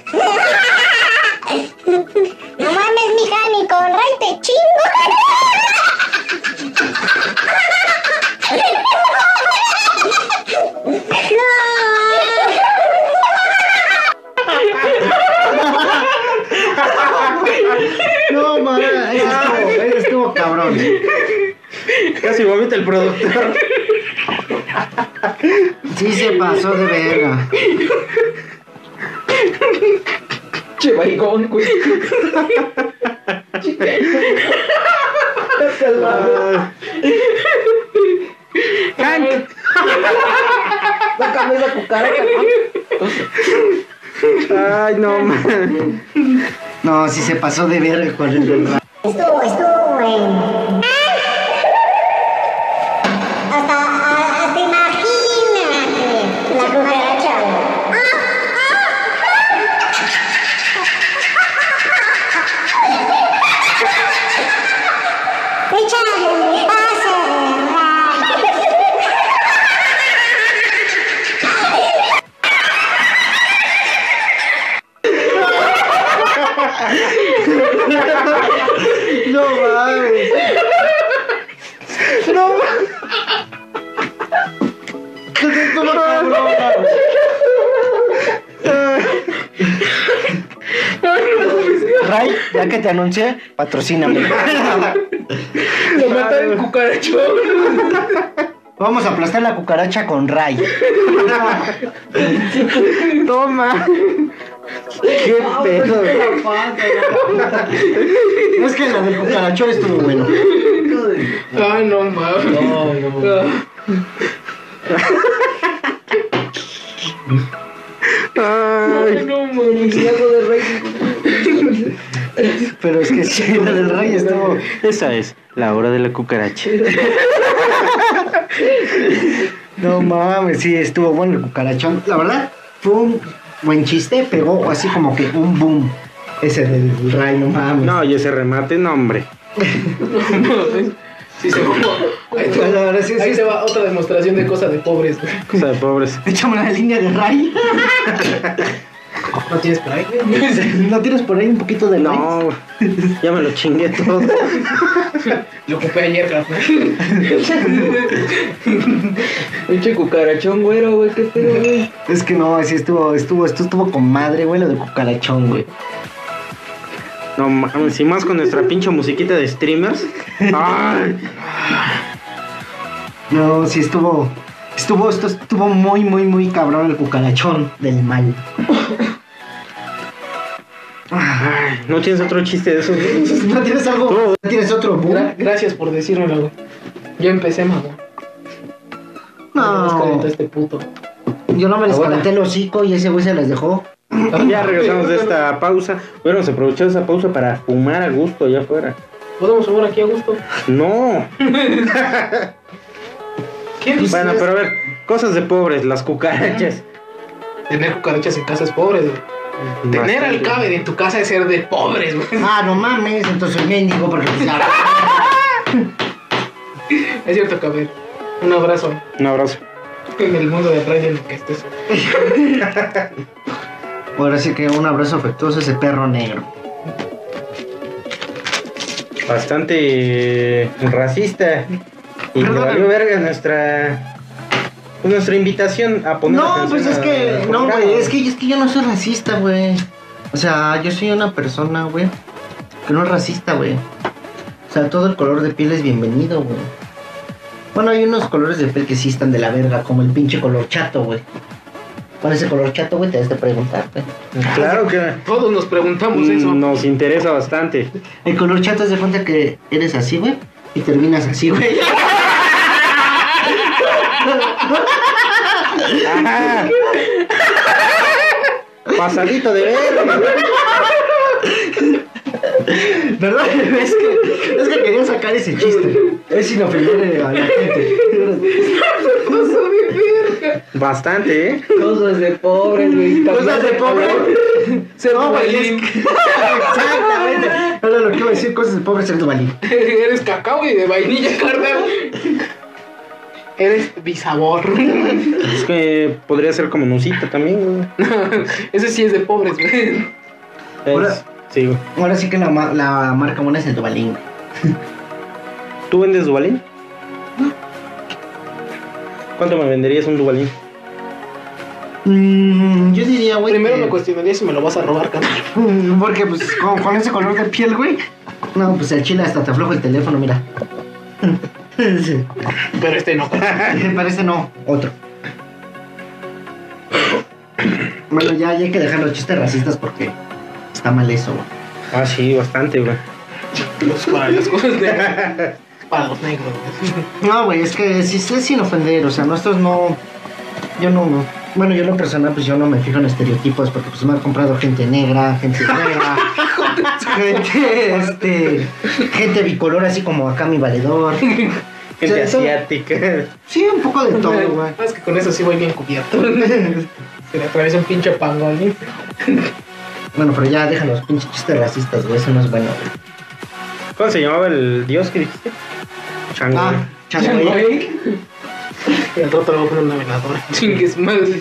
E: No mames, mija, ni con rey te chingo. No.
A: No, mames, eso estuvo, eso estuvo cabrón. ¿eh?
B: Casi vomita el productor.
A: Sí se pasó de verga.
D: Che, maricón, güey.
B: Ah,
D: Sácame esa cucaracha, güey.
B: Ay, no, man.
A: No, sí se pasó de verga con el del rap.
E: Estuvo, estuvo, güey. Hasta, a- hasta imagínate. La cucaracha, güey. Échale, pase, güey.
B: No mames. No mames. ¿Qué es esto, cabrón?
A: Ray, ya que te anuncié, patrocíname.
C: Lo mataron en cucaracho.
A: Vamos a aplastar la cucaracha con Ray.
B: Toma. Qué pedo.
A: No es que la del cucaracho estuvo bueno.
C: Ah, no mames.
D: No, no.
C: Ah,
B: Ay,
C: no mames.
A: Pero es que sí, la del Ray estuvo.
B: esa es la hora de la cucaracha.
A: No mames, sí, estuvo bueno el cucarachón. La verdad, fue un buen chiste, pegó así como que un boom. Ese del Ray, no mames.
B: No, y ese remate, no, hombre.
C: Sí, se mamó. Ahí te
A: La
C: va,
A: verdad, sí, sí.
C: ahí te va otra demostración de cosa de pobres, güey.
B: Cosa de pobres.
A: Échame la línea de Ray.
C: ¿No tienes por ahí, güey?
A: ¿No tienes por ahí un poquito de Ray?
B: No, ya me lo chingué todo.
C: Lo ocupé ayer, carnal.
D: Pinche cucarachón, güero, güey, qué pedo, güey.
A: Es que no, sí estuvo, estuvo, esto estuvo con madre, güey, lo del cucarachón, güey.
B: No mames, y más con nuestra pinche musiquita de streamers. Ay,
A: No, sí estuvo. Estuvo, esto estuvo muy, muy, muy cabrón el cucarachón del mal.
B: ay, ¿no tienes otro chiste de esos?
A: ¿No tienes algo? ¿No tienes otro boom?
C: Gra- gracias por decírmelo, güey. Yo empecé, mamá.
A: No,
C: este puto.
A: yo no me les
C: Ahora.
A: calenté el hocico y ese güey se las dejó.
C: Ah,
B: Ya regresamos de esta pausa. Hubiéramos aprovechado esa pausa para fumar a gusto allá afuera.
C: Podemos jugar aquí a gusto.
B: No.
C: ¿Qué
B: Bueno, pero a ver, cosas de pobres, las cucarachas.
C: Tener cucarachas en casa es pobre, güey. Tener
B: Bastante.
C: alcáber en tu casa es ser de pobres, güey.
A: Ah, no mames, entonces mendigo porque pues, la-
C: Es cierto, caber. Un abrazo
B: Un abrazo.
C: en el mundo de Ray en lo que estés.
A: Ahora sí que un abrazo afectuoso a ese perro negro.
B: Bastante eh, racista. Y le
A: Perdóname.
B: valió verga nuestra. pues, nuestra invitación a poner.
A: No,
B: atención
A: pues es
B: a-
A: que,
B: al
A: no,
B: programa.
A: güey, es que, es que yo no soy racista, güey. O sea, yo soy una persona, güey, que no es racista, güey. O sea, todo el color de piel es bienvenido, güey. Bueno, hay unos colores de piel que sí están de la verga, como el pinche color chato, güey. ¿Cuál es el color chato, güey? Te has de preguntar, güey.
B: Claro que.
C: Todos nos preguntamos eso.
B: mm, Nos interesa bastante.
A: El color chato es de cuenta que eres así, güey, y terminas así, güey.
B: Ajá. Pasadito de verga.
A: ¿Verdad? Es que, es que quería sacar ese chiste. Es inofendible a la gente.
C: Cosa de verga.
B: Bastante, ¿eh?
D: Cosas de pobres, güey.
A: Cosas Pues de pobre.
C: Ser
A: No, güey, es
C: Duvalín.
A: Exactamente. Ahora lo que iba a decir, cosas de pobre ser Duvalín.
C: Eres cacao y de vainilla, carnal. Eres bisabor.
B: Es que podría ser como Nusita también, güey.
C: Ese sí es de pobres, güey.
A: Ahora-
B: Es- Sí, güey.
A: Ahora sí que la, ma- la marca buena es el Duvalín. güey.
B: ¿Tú vendes Dubalín? ¿Cuánto me venderías un Dubalín?
A: Mm, yo diría, güey.
C: Primero
A: que-
C: me cuestionaría si me lo vas a robar, carnal.
A: Mm, Porque, pues, con, con ese color de piel, güey. No, pues el chile hasta te afloja el teléfono, mira. Sí.
C: Pero este no, carnal.
A: Parece no, otro. Bueno, ya, ya hay que dejar los chistes racistas porque está mal eso, güey.
B: Ah, sí, bastante, güey.
C: Los- para las cosas de. Para los negros, güey.
A: No, güey, es que sí es sin ofender, o sea, nosotros no. Yo no. Bueno, yo en lo personal, pues yo no me fijo en estereotipos porque pues me han comprado gente negra, gente negra. Gente, este, gente bicolor, así como acá mi valedor.
B: Gente
A: O sea, son-
B: asiática.
A: Sí, un poco de todo, güey.
C: Ah, Es que con eso sí voy bien cubierto. Se le atraviesa un pinche pangolín.
A: Bueno, pero ya dejan los pinches chistes racistas, güey. Eso no es bueno. güey.
B: ¿Cómo se llamaba el dios que dijiste? Chango.
A: Ah, chango.
C: El rato le voy a poner una veladora. Chingues madre.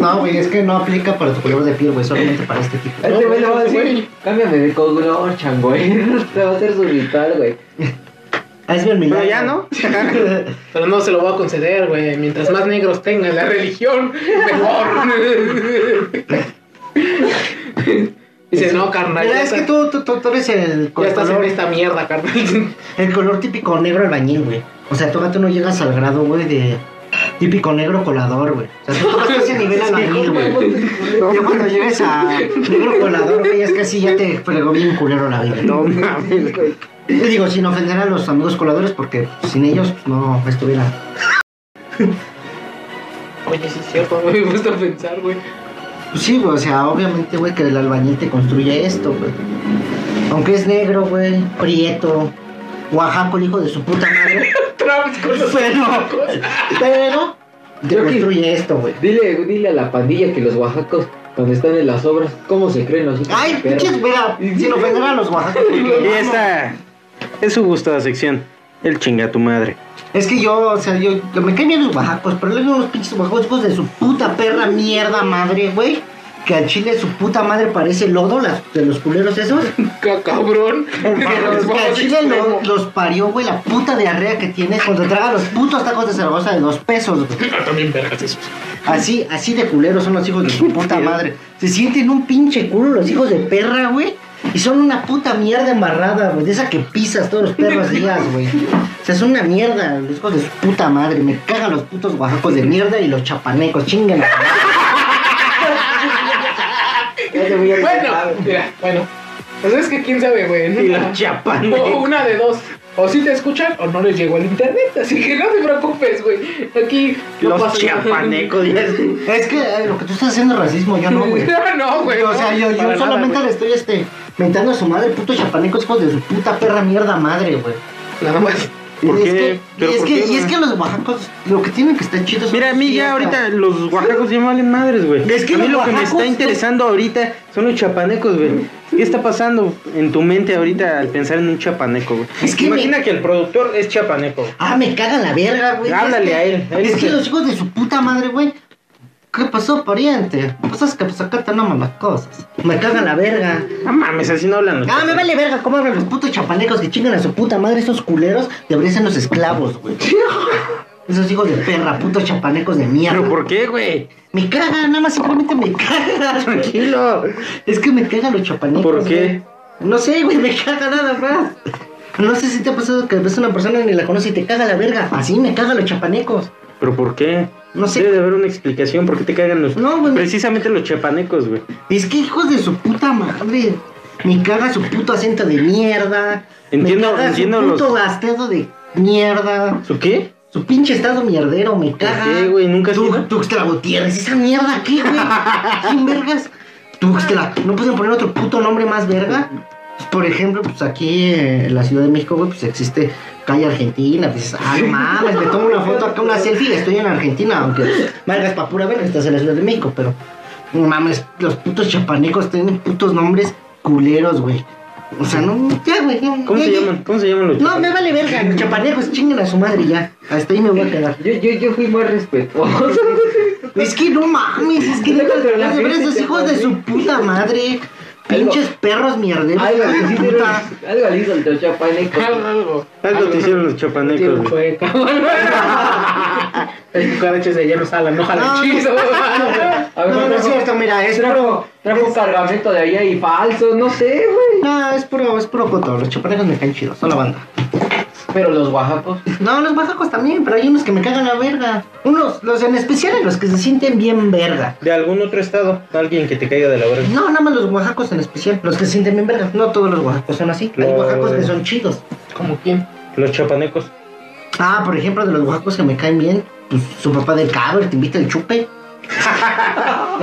A: No, güey, es que no aplica para tu color de piel, güey. Solamente para este tipo.
D: Este güey le va a
C: güey.
D: decir, cámbiame de color, changoy. Te va a hacer su ritual, güey.
A: Ah, es bien milagro.
B: Pero ya, ¿no?
C: Pero no se lo voy a conceder, güey. Mientras más negros tenga la religión, mejor. Dice, no, carnal.
A: Mira,
C: ya
A: es que
C: está-
A: tú, tú, tú, tú eres el
C: Ya estás en
A: color,
C: esta mierda, carnal.
A: el color típico negro albañil, güey. O sea, tú gato no llegas al grado, güey, de típico negro colador, güey. O sea, tú todavía estás en nivel albañil, güey. Ya cuando llegues a negro colador, güey, es que sí ya te fregó bien culero la vida.
B: No mames.
A: Y digo, sin ofender a los amigos coladores, porque sin ellos pues, no estuviera.
C: Oye, sí es cierto, güey. Me gusta pensar, güey.
A: Pues sí, güey, o sea, obviamente, güey, que el albañil te construye esto, güey. Aunque es negro, güey, prieto, oaxaco, el hijo de su puta madre.
C: Travis con los
A: Pero, pero, te
D: Yo que-
A: construye esto, güey.
D: Dile, dile a la pandilla que los oaxacos, cuando están en las obras, ¿cómo se creen los hijos
A: Ay,
D: de perra?
A: pinches, mira, sin ofender a los oaxacos.
B: Y
A: porque-
B: esta es su gustada sección. El chinga tu madre.
A: Es que yo, o sea, yo, yo me caen bien los oaxacos, pero luego unos pinches oaxacos hijos de su puta perra mierda madre, güey. Que al chile su puta madre parece lodo, las, de los culeros esos.
C: Ca- cabrón.
A: Que los- que al chile lo- los, parió, güey, la puta diarrea que tienes cuando traga los putos tacos de Zaragoza de dos pesos, güey.
C: Ah, También vergas esos.
A: Así, así de culeros son los hijos de su puta madre. Se sienten un pinche culo los hijos de perra, güey. Y son una puta mierda embarrada, güey. De esa que pisas todos los perros días, güey. O sea, son una mierda los hijos de su puta madre. Me cagan los putos oaxacos de mierda y los chapanecos. Chingan.
D: Ya te voy a
C: Bueno,
D: matar.
C: mira, bueno. Pues es que quién sabe, güey.
B: Y
C: Nunca-
B: los
C: O
B: chapanecos.
C: una de dos. O si te escuchan o no les llegó el internet. Así que no te preocupes, güey. Aquí no
B: Los
C: pasa nada.
B: chapanecos. dices.
A: Es que eh, lo que tú estás haciendo es racismo, yo no, güey.
C: No, güey.
A: o
C: no,
A: sea, yo, yo
C: para nada,
A: solamente
C: güey.
A: le estoy este, mentando a su madre, puto chapaneco, hijos de su puta perra mierda madre, güey.
C: Nada más.
B: ¿Por
A: Y
B: qué?
A: es que,
B: ¿Pero
A: y es,
B: por
A: que
B: qué,
A: y es
B: güey?
A: que los oaxacos, lo que tienen que estar chidos. son
B: Mira, a mí ya
A: fiestas.
B: ahorita los oaxacos ya me valen madres, güey.
A: Es que
B: a mí
A: los
B: lo que me
A: oaxacos-
B: está interesando ahorita son los chapanecos, güey. ¿Qué está pasando en tu mente ahorita al pensar en un chapaneco, güey?
A: Es que
B: Imagina
A: me-
B: que el productor es chapaneco. güey.
A: Ah, me cagan la verga, güey.
B: Háblale
A: Es que-
B: a él, a él
A: Es que
B: se-
A: los hijos de su puta madre, güey. ¿Qué pasó, pariente? Pues es que pues acá tenemos las cosas. Me cagan la verga.
B: No mames, así no hablan. los
A: Ah, me vale verga cómo hablan los putos chapanecos que chingan a su puta madre esos culeros. Deberían ser los esclavos, güey. Esos hijos de perra, putos chapanecos de mierda.
B: ¿Pero por qué, güey?
A: Me cagan, nada más simplemente me cagan.
B: Tranquilo.
A: Es que me cagan los chapanecos.
B: ¿Por qué?
A: güey. No sé, güey, me caga nada más. No sé si te ha pasado que ves a una persona y ni la conoces y te caga la verga. Así me cagan los chapanecos.
B: ¿Pero por qué?
A: No sé.
B: Debe de haber una explicación por qué te cagan los...
A: No, güey.
B: Precisamente los chapanecos, güey.
A: Es que hijos de su puta madre. Me caga su puto acento de mierda.
B: Entiendo-
A: me caga
B: entiendo
A: su
B: los-
A: puto acento de mierda.
B: ¿Su qué?
A: Su pinche estado mierdero, me caga.
B: qué, güey? ¿Nunca has
A: Tu,
B: ido?
A: Tuxtla Gutiérrez, esa mierda, ¿qué, güey? ¿Quién vergas? Tuxtla, ¿no pueden poner otro puto nombre más verga? Pues, por ejemplo, pues aquí eh, en la Ciudad de México, güey, pues existe Calle Argentina. Pues dices, ah, no mames, me tomo una foto acá, una selfie y estoy en Argentina, aunque pues, valgas pa' pura verga, estás en la Ciudad de México, pero no mames, los putos chapanecos tienen putos nombres culeros, güey. O sea, no, ya, güey. ya,
B: ¿Cómo
A: ya,
B: se
A: ya.
B: llaman? ¿Cómo se llaman los
A: No, me
B: chapanecos?
A: vale verga, los chapanecos chingan a su madre ya. Hasta ahí me voy a quedar.
D: Yo, yo, yo fui más respetuoso.
A: Es que no mames, es que
D: Luego
A: neta,
D: te la
A: los de veras,
D: gente
A: esos
D: te
A: hijos de
D: pone.
A: su puta madre. Pinches perros mierderos.
D: Algo
A: hijos
D: le
A: de
D: hicieron-
A: puta.
D: algo le hizo el Tochapaneco.
A: Ah,
C: Algo, algo.
B: Algo te hicieron los chapanecos, güey.
C: Fue, cabrón. Las cucarachas de allá no salen, no
A: No,
C: jalan
A: no.
C: chido.
A: No, no, es cierto, mira, es puro.
D: Trajo, trajo un cargamento de allá y falso, no sé, güey.
A: No, es puro, es puro coto. Los chapanecos me caen chidos, son la banda.
D: Pero los oaxacos.
A: No, los oaxacos también, pero hay unos que me cagan la verga. Unos, los en especial en los que se sienten bien verga.
B: ¿De algún otro estado? Alguien que te caiga de la verga.
A: No, nada más los oaxacos en especial, los que se sienten bien verga. No todos los oaxacos son así. Hay
B: No.
A: oaxacos que son chidos.
C: ¿Como quién?
B: Los chapanecos.
A: Ah, por ejemplo, de los oaxacos que me caen bien, pues su papá del caber te invita el chupe.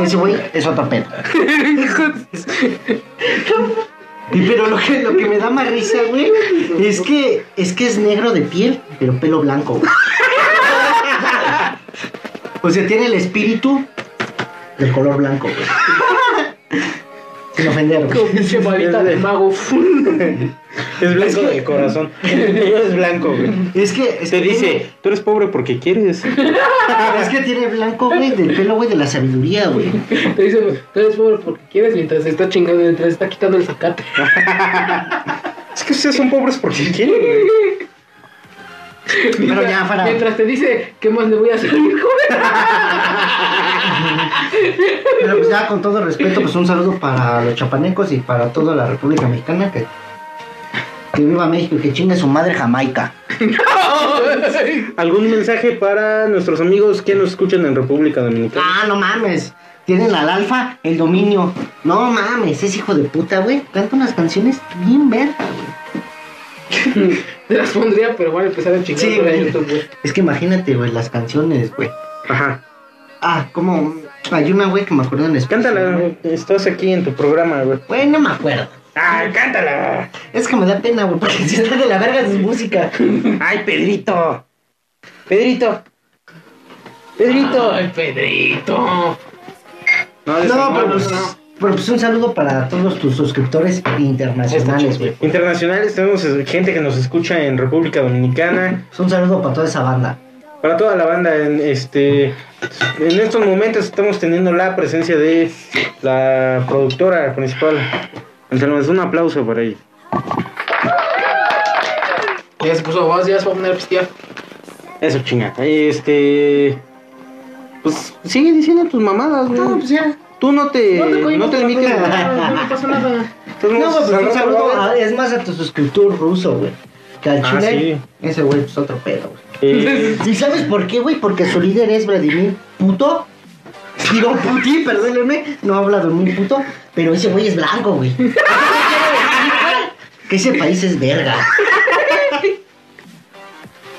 A: Ese güey es otro pedo. Y pero lo que, lo que me da más risa, güey, es que es que es negro de piel, pero pelo blanco. güey. O sea, tiene el espíritu del color blanco, güey. Sin ofender, güey.
C: Como pinche varita de mago.
B: Es blanco de corazón. El niño es blanco, güey.
A: Es que, es
B: Te
A: que
B: dice, tú eres pobre porque quieres.
A: tiene- es que tiene blanco, güey, del pelo, güey, de la sabiduría, güey.
C: Te dice, tú eres pobre porque quieres mientras está chingando, mientras está quitando el zacate.
A: Ah,
B: Es que ustedes son pobres porque quieren, güey.
A: Pero ya, fuera.
C: Mientras te dice, ¿qué más le voy a hacer, hijo?
A: Pero pues ya con todo respeto, pues un saludo para los chapanecos y para toda la República Mexicana que, que viva México y que chingue su madre Jamaica.
B: ¿Algún mensaje para nuestros amigos que nos escuchan en República Dominicana?
A: Ah, no mames. Tienen al alfa el dominio. No mames, es hijo de puta, güey. Canta unas canciones bien verga, güey.
C: Te las pondría, pero van a empezar a chingar por ahí, YouTube, güey.
A: Es que imagínate, güey, las canciones, güey.
B: Ajá.
A: Ah, como. Hay una, güey, que me acuerdo en español.
B: Cántala, güey. estás aquí en tu programa, güey.
A: Güey, no me acuerdo.
B: ¡Ah, cántala!
A: Es que me da pena, güey, porque si está de la verga es música.
B: ¡Ay, Pedrito! ¡Pedrito! ¡Pedrito!
C: Ay, Pedrito.
B: No,
A: No, pero pues,
B: no.
A: pero pues un saludo para todos tus suscriptores internacionales, güey.
B: Internacionales tenemos eh, gente que nos escucha en República Dominicana.
A: Es Pues un saludo para toda esa banda.
B: Para toda la banda, en este en estos momentos estamos teniendo la presencia de la productora principal. Anselmo, es un aplauso para ella.
C: Ya se puso voz, ya se va a poner a pistear.
B: Eso chinga. Este pues sigue diciendo tus mamadas, güey.
A: No, pues ya.
B: Tú no te
C: No te
B: no te,
C: cohibas,
B: limites.
A: no,
B: güey.
C: No,
A: ah.
C: no pasa nada.
B: Entonces,
A: No,
B: vamos a
A: güey, pues un
B: hablar
A: saludo
B: ahora.
A: a- es más a tu suscriptor ruso, güey. Que al
B: Ah,
A: chile, ese güey, pues otro pedo, güey.
B: Eh,
A: ¿Y sabes por qué, güey? Porque su líder es Vladimir Puto. Digo, Putin, perdónenme, no habla de muy puto, pero ese güey es blanco, güey. ¿Qué quiere decir, güey? Que ese país es verga.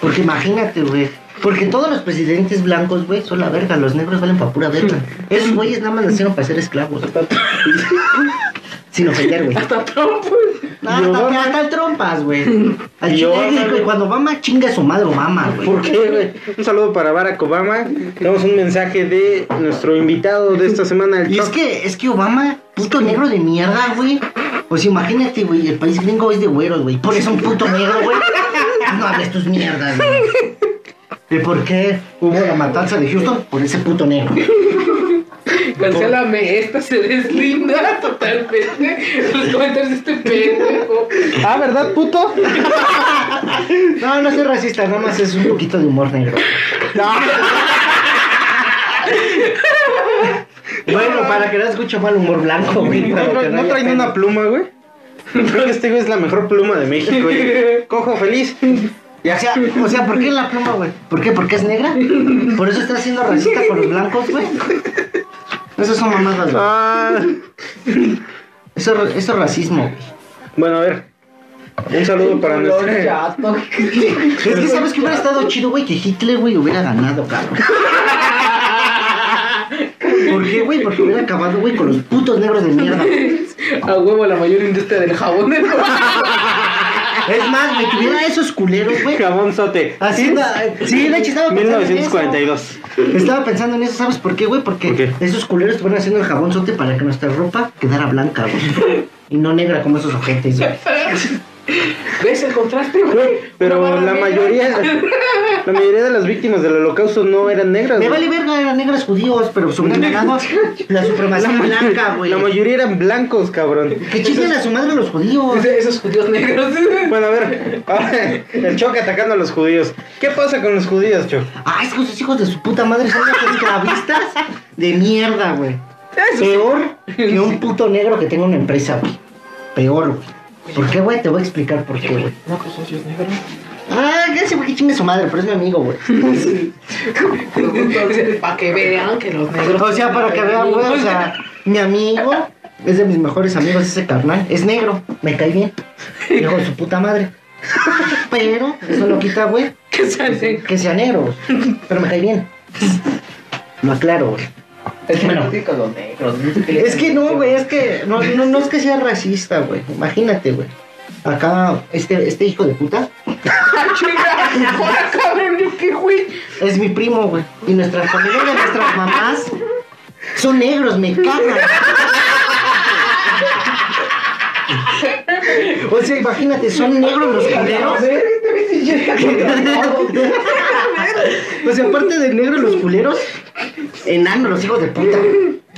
A: Porque imagínate, güey. Porque todos los presidentes blancos, güey, son la verga. Los negros valen para pura verga. Esos güeyes nada más nacieron para ser esclavos. güey. Sin ofender, güey.
C: Hasta Trump, güey.
A: No, hasta,
B: Obama.
A: hasta el trompas, güey. Al
B: Y
A: chile,
B: Obama,
A: güey,
B: güey.
A: cuando mama, chinga a su madre Obama, güey.
B: ¿Por qué, güey? Un saludo para Barack Obama. Tenemos un mensaje de nuestro invitado de esta semana, el
A: Y es
B: Choc.
A: que, es que Obama, puto negro de mierda, güey. Pues imagínate, güey, el país gringo es de güeros, güey. Por eso un puto negro, güey. No hables tus mierdas, güey. ¿Y por qué hubo la matanza de Houston? Por ese puto negro.
C: Cancélame, esta se deslinda totalmente. Los comentarios de este pendejo.
B: Ah, ¿verdad, puto?
A: No, no soy racista, nada más es un poquito de humor negro. Bueno, para que no escuche mal humor blanco, güey.
B: No,
A: para que
B: tra- no
A: haya
B: traen
A: pedo.
B: una pluma, güey. Creo que este güey es la mejor pluma de México, güey. Cojo feliz.
A: O sea, o sea, ¿por qué la pluma, güey? ¿Por qué? ¿Porque es negra? ¿Por eso está siendo racista con los blancos, güey? Esas son mamadas, güey.
B: Ah.
A: Eso, eso es racismo, güey.
B: Bueno, a ver. Un saludo para
C: Color
B: nuestro.
C: chato.
A: Es que sabes que hubiera estado chido, güey, que Hitler, güey, hubiera ganado, cabrón. ¿Por qué, güey? Porque hubiera acabado, güey, con los putos negros de mierda.
C: A huevo la mayor industria del jabón.
A: Es más, güey, que hubiera esos culeros, güey.
B: Jabón sote.
A: Haciendo. Sí, de hecho estaba pensando en eso.
B: 1942.
A: Estaba pensando en eso, ¿sabes por qué, güey? Porque
B: ¿Por qué?
A: esos culeros estuvieron haciendo el jabonzote para que nuestra ropa quedara blanca, güey. y no negra como esos ojetes, güey.
C: ¿Ves el contraste, güey? Una
B: Pero
C: barra
B: la
C: negra.
B: mayoría. La mayoría de las víctimas del holocausto no eran negras,
A: Me
B: güey.
A: vale verga, eran negros judíos, pero pues hubieran ganado la supremacía blanca, güey.
B: La mayoría eran blancos, cabrón.
A: Que chinguen a su madre los judíos.
C: Dice, Esos judíos negros.
B: Bueno, a ver. ahora, El Choc atacando a los judíos. ¿Qué pasa con los judíos, Choc?
A: Ay, es que esos hijos de su puta madre son unos esclavistas de mierda, güey.
C: Eso sí.
A: Peor que un puto negro que tenga una empresa, güey. Peor, güey. ¿Por qué, güey? Te voy a explicar por qué, güey.
C: No, pues socios negros.
A: Ah, ya sé, güey, que chingue su madre, pero es mi amigo, güey.
C: Para que vean que los negros.
A: O sea, para que vean, güey, o sea, mi amigo es de mis mejores amigos, ese carnal. Es negro, me cae bien. Hijo de su puta madre. Pero eso lo quita, güey,
C: Que sean negros.
A: que sea negro. Pero me cae bien. Lo aclaro, güey.
D: Es que
A: Bueno.
D: no critica a los negros. no sé qué le-
A: Es que no, güey, es que no, no, no es que sea racista, güey. Imagínate, güey. Acá, este, este hijo de puta
C: ¡Chinga! ¡Ahora, cabrón! ¿Yo qué, güey?
A: es mi primo, güey. Y nuestras familias de nuestras mamás son negros, me cagan. O sea, imagínate, son negros los culeros. O sea, aparte de negros los culeros, enanos los hijos de puta.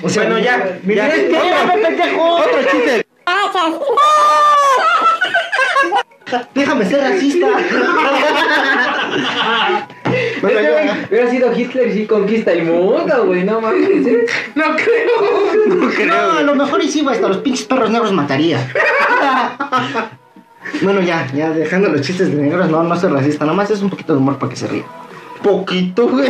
A: O sea,
B: Bueno, ya, ya.
A: Espérame, pendejo.
B: Otro chiste.
E: Ah!
A: Déjame ser racista. bueno,
D: Este güey
A: ya.
D: Hubiera sido Hitler y sí conquista el mundo, güey. No mames. ¿eh?
C: No creo.
A: No, a lo mejor y sí, güey, hasta los pinches perros negros mataría. bueno, ya, ya, dejando los chistes de negros, no, no soy racista, nada más es un poquito de humor para que se ría.
B: Poquito, güey.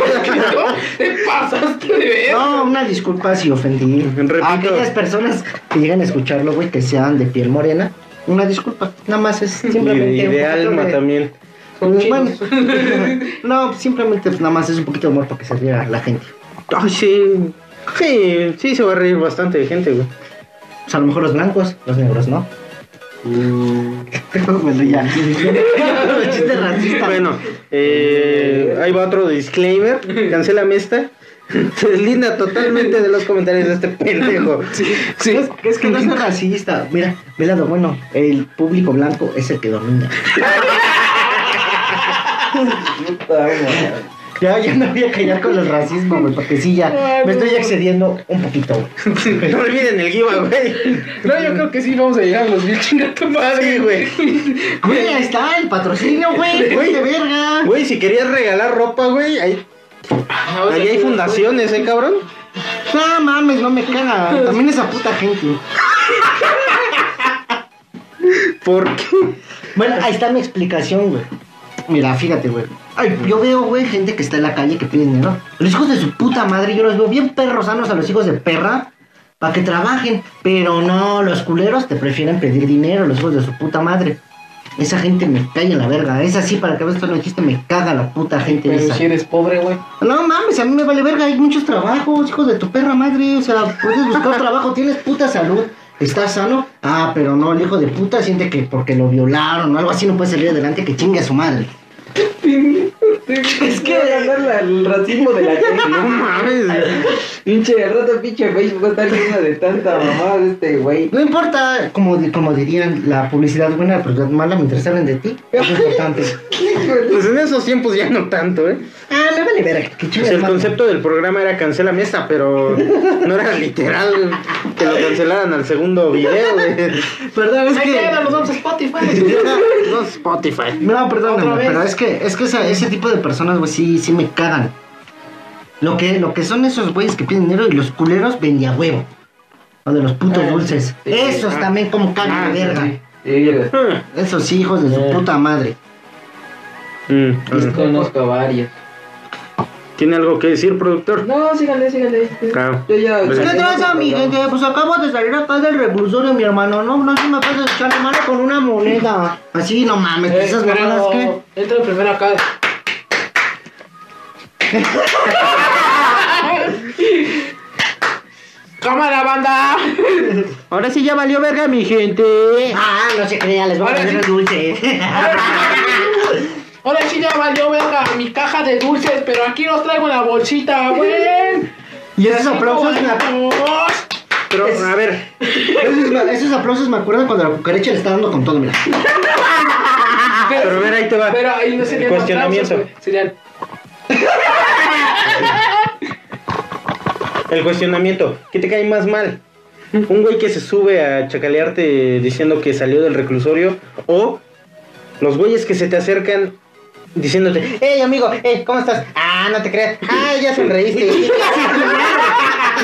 C: Te pasaste de ver.
A: No, una disculpa si ofendí
B: Repito.
A: a aquellas personas que llegan a escucharlo, güey, que sean de piel morena. Una disculpa, nada más es
B: Y de,
A: simplemente.
B: y
A: un
B: de
A: poquito
B: alma
A: de-
B: también.
A: Pues, bueno, no, simplemente pues, nada más es un poquito de humor para que se ría la gente.
B: Ay, sí. Sí, sí se va a reír bastante de gente, güey.
A: O sea, a lo mejor los blancos, los negros, ¿no? Mm. bueno, ya. Chiste racista.
B: Bueno, eh, ahí va otro disclaimer. Cancélame esta. Se deslinda totalmente de los comentarios de este pendejo.
A: Sí. Es, es que no es racista. Mira, ve lado bueno. El público blanco es el que domina.
D: Puta madre.
A: Ya, ya no voy a callar con el racismo, güey, porque sí, ya me estoy excediendo un poquito, güey.
B: No olviden el giveaway.
C: No, yo creo que sí vamos a llegar a los mil. Chinga tu madre,
B: Sí, güey.
A: Güey, ahí está el patrocinio, güey. Güey, de verga.
B: Güey, si querías regalar ropa, güey, ahí, ahí hay fundaciones, ¿eh, cabrón?
A: No mames, no me caga. También esa puta gente.
B: ¿Por qué?
A: Bueno, ahí está mi explicación, güey. Mira, fíjate, güey. Ay, yo veo, güey, gente que está en la calle que pide dinero. Los hijos de su puta madre, yo los veo bien perros sanos a los hijos de perra para que trabajen. Pero no, los culeros te prefieren pedir dinero, los hijos de su puta madre. Esa gente me cae en la verga. Es así, para que veas que no existe, me caga la puta gente
C: Pero
A: esa.
C: si eres pobre, güey.
A: No mames, a mí me vale verga, hay muchos trabajos, hijos de tu perra madre, o sea, puedes buscar trabajo, tienes puta salud, estás sano, ah, pero no, el hijo de puta siente que porque lo violaron o algo así no puede salir adelante, que chingue a su madre.
D: Es que voy a ganar la- el racismo de la gente.
B: No mames.
D: Pinche de rato, pinche Facebook va a estar lleno de tanta mamada de este güey.
A: No importa, como, di- como dirían, la publicidad buena, pues, la publicidad mala, mientras hablen de ti, es lo importante.
B: Pues en esos tiempos ya no tanto, ¿eh?
A: Ah, me vale verga, que chingue
B: Pues
A: a su
B: el
A: madre.
B: concepto del programa era cancélame esta, pero no era literal que lo cancelaran al segundo video. güey.
A: Perdón, es
C: Ahí
A: que...
C: queda, nos vamos a Spotify.
B: No Spotify.
A: No,
C: Otra
A: perdóname,
C: vez.
A: pero es que, es que esa- ese tipo de personas, güey, sí, sí me cagan. Lo que, lo que son esos güeyes que piden dinero y los culeros vendía huevo. O de los putos
D: Ah,
A: dulces.
D: sí,
A: Esos
B: ah.
A: también como cagan de
B: Ah,
A: verga.
D: Sí, güey.
B: Ah.
A: Esos hijos de su
D: Eh.
A: puta madre.
B: Mm,
D: Yo
B: mm.
D: Conozco a varios.
B: ¿Tiene algo que decir, productor?
D: No, síganle, síganle.
B: Claro.
D: Yo ya.
B: Pues,
A: ¿Qué
B: ¿Qué
A: traza, mi gente? Pues acabo de salir acá del reclusorio, mi hermano. No, no se me pasa echarle mano con una moneda. Así, no mames,
C: Eh,
A: esas
C: pero
A: mamadas que...
C: Entra primero acá. ¡Cámara, banda!
B: Ahora sí ya valió verga, mi gente.
A: Ah, no se crea, les voy a
C: Ahora
A: vender
C: sí.
A: dulces.
C: Ahora sí ya valió verga mi caja de dulces, pero aquí los traigo en la bolsita, güey.
A: y esos aplausos... me-
C: Vamos.
B: Pero, a ver,
A: Esos, esos aplausos me acuerdan cuando la cucaracha le está dando con todo, mira.
B: pero a ver, ahí te va.
C: Ah, Pero ahí no serían
B: Cuestionamiento.
C: aplausos, güey, Serían.
B: El cuestionamiento, ¿qué te cae más mal? ¿Un güey que se sube a chacalearte diciendo que salió del reclusorio? ¿O los güeyes que se te acercan diciéndote, hey amigo, hey, ¿cómo estás? Ah, no te creas, ah, ya sonreíste.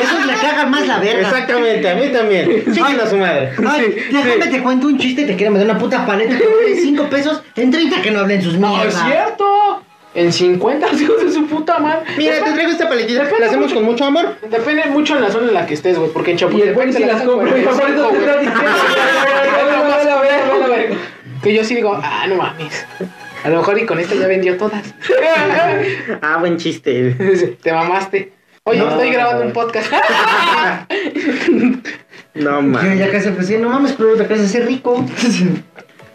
A: Esos le cagan más la verga.
B: Exactamente, a mí también. Chinguen a su madre.
A: Ay, déjame te cuento un chiste te quiero meter una puta paleta que vale 5 pesos en 30 que no hablen sus
C: No, "Oh, es
A: mierdas.
C: cierto. En 50, hijos de su puta madre.
B: Mira, te traigo esta paletita, la hacemos con mucho amor.
C: Depende mucho en la zona en la que estés, güey, porque en
D: Y el
C: Chapultepec
D: güey
C: se
D: si las
C: dan
D: compro. Por eso
C: cuarenta y cinco,
D: te está
C: güey.
D: diciendo.
C: Que yo sí digo, ah, no mames. A lo mejor y con esta ya vendió todas.
B: Ah, buen chiste.
C: Te mamaste. Oye,
B: No.
C: estoy grabando un podcast.
B: No,
A: Yo
B: man.
A: ya casi empecé, no mames, pero te casi hacer rico.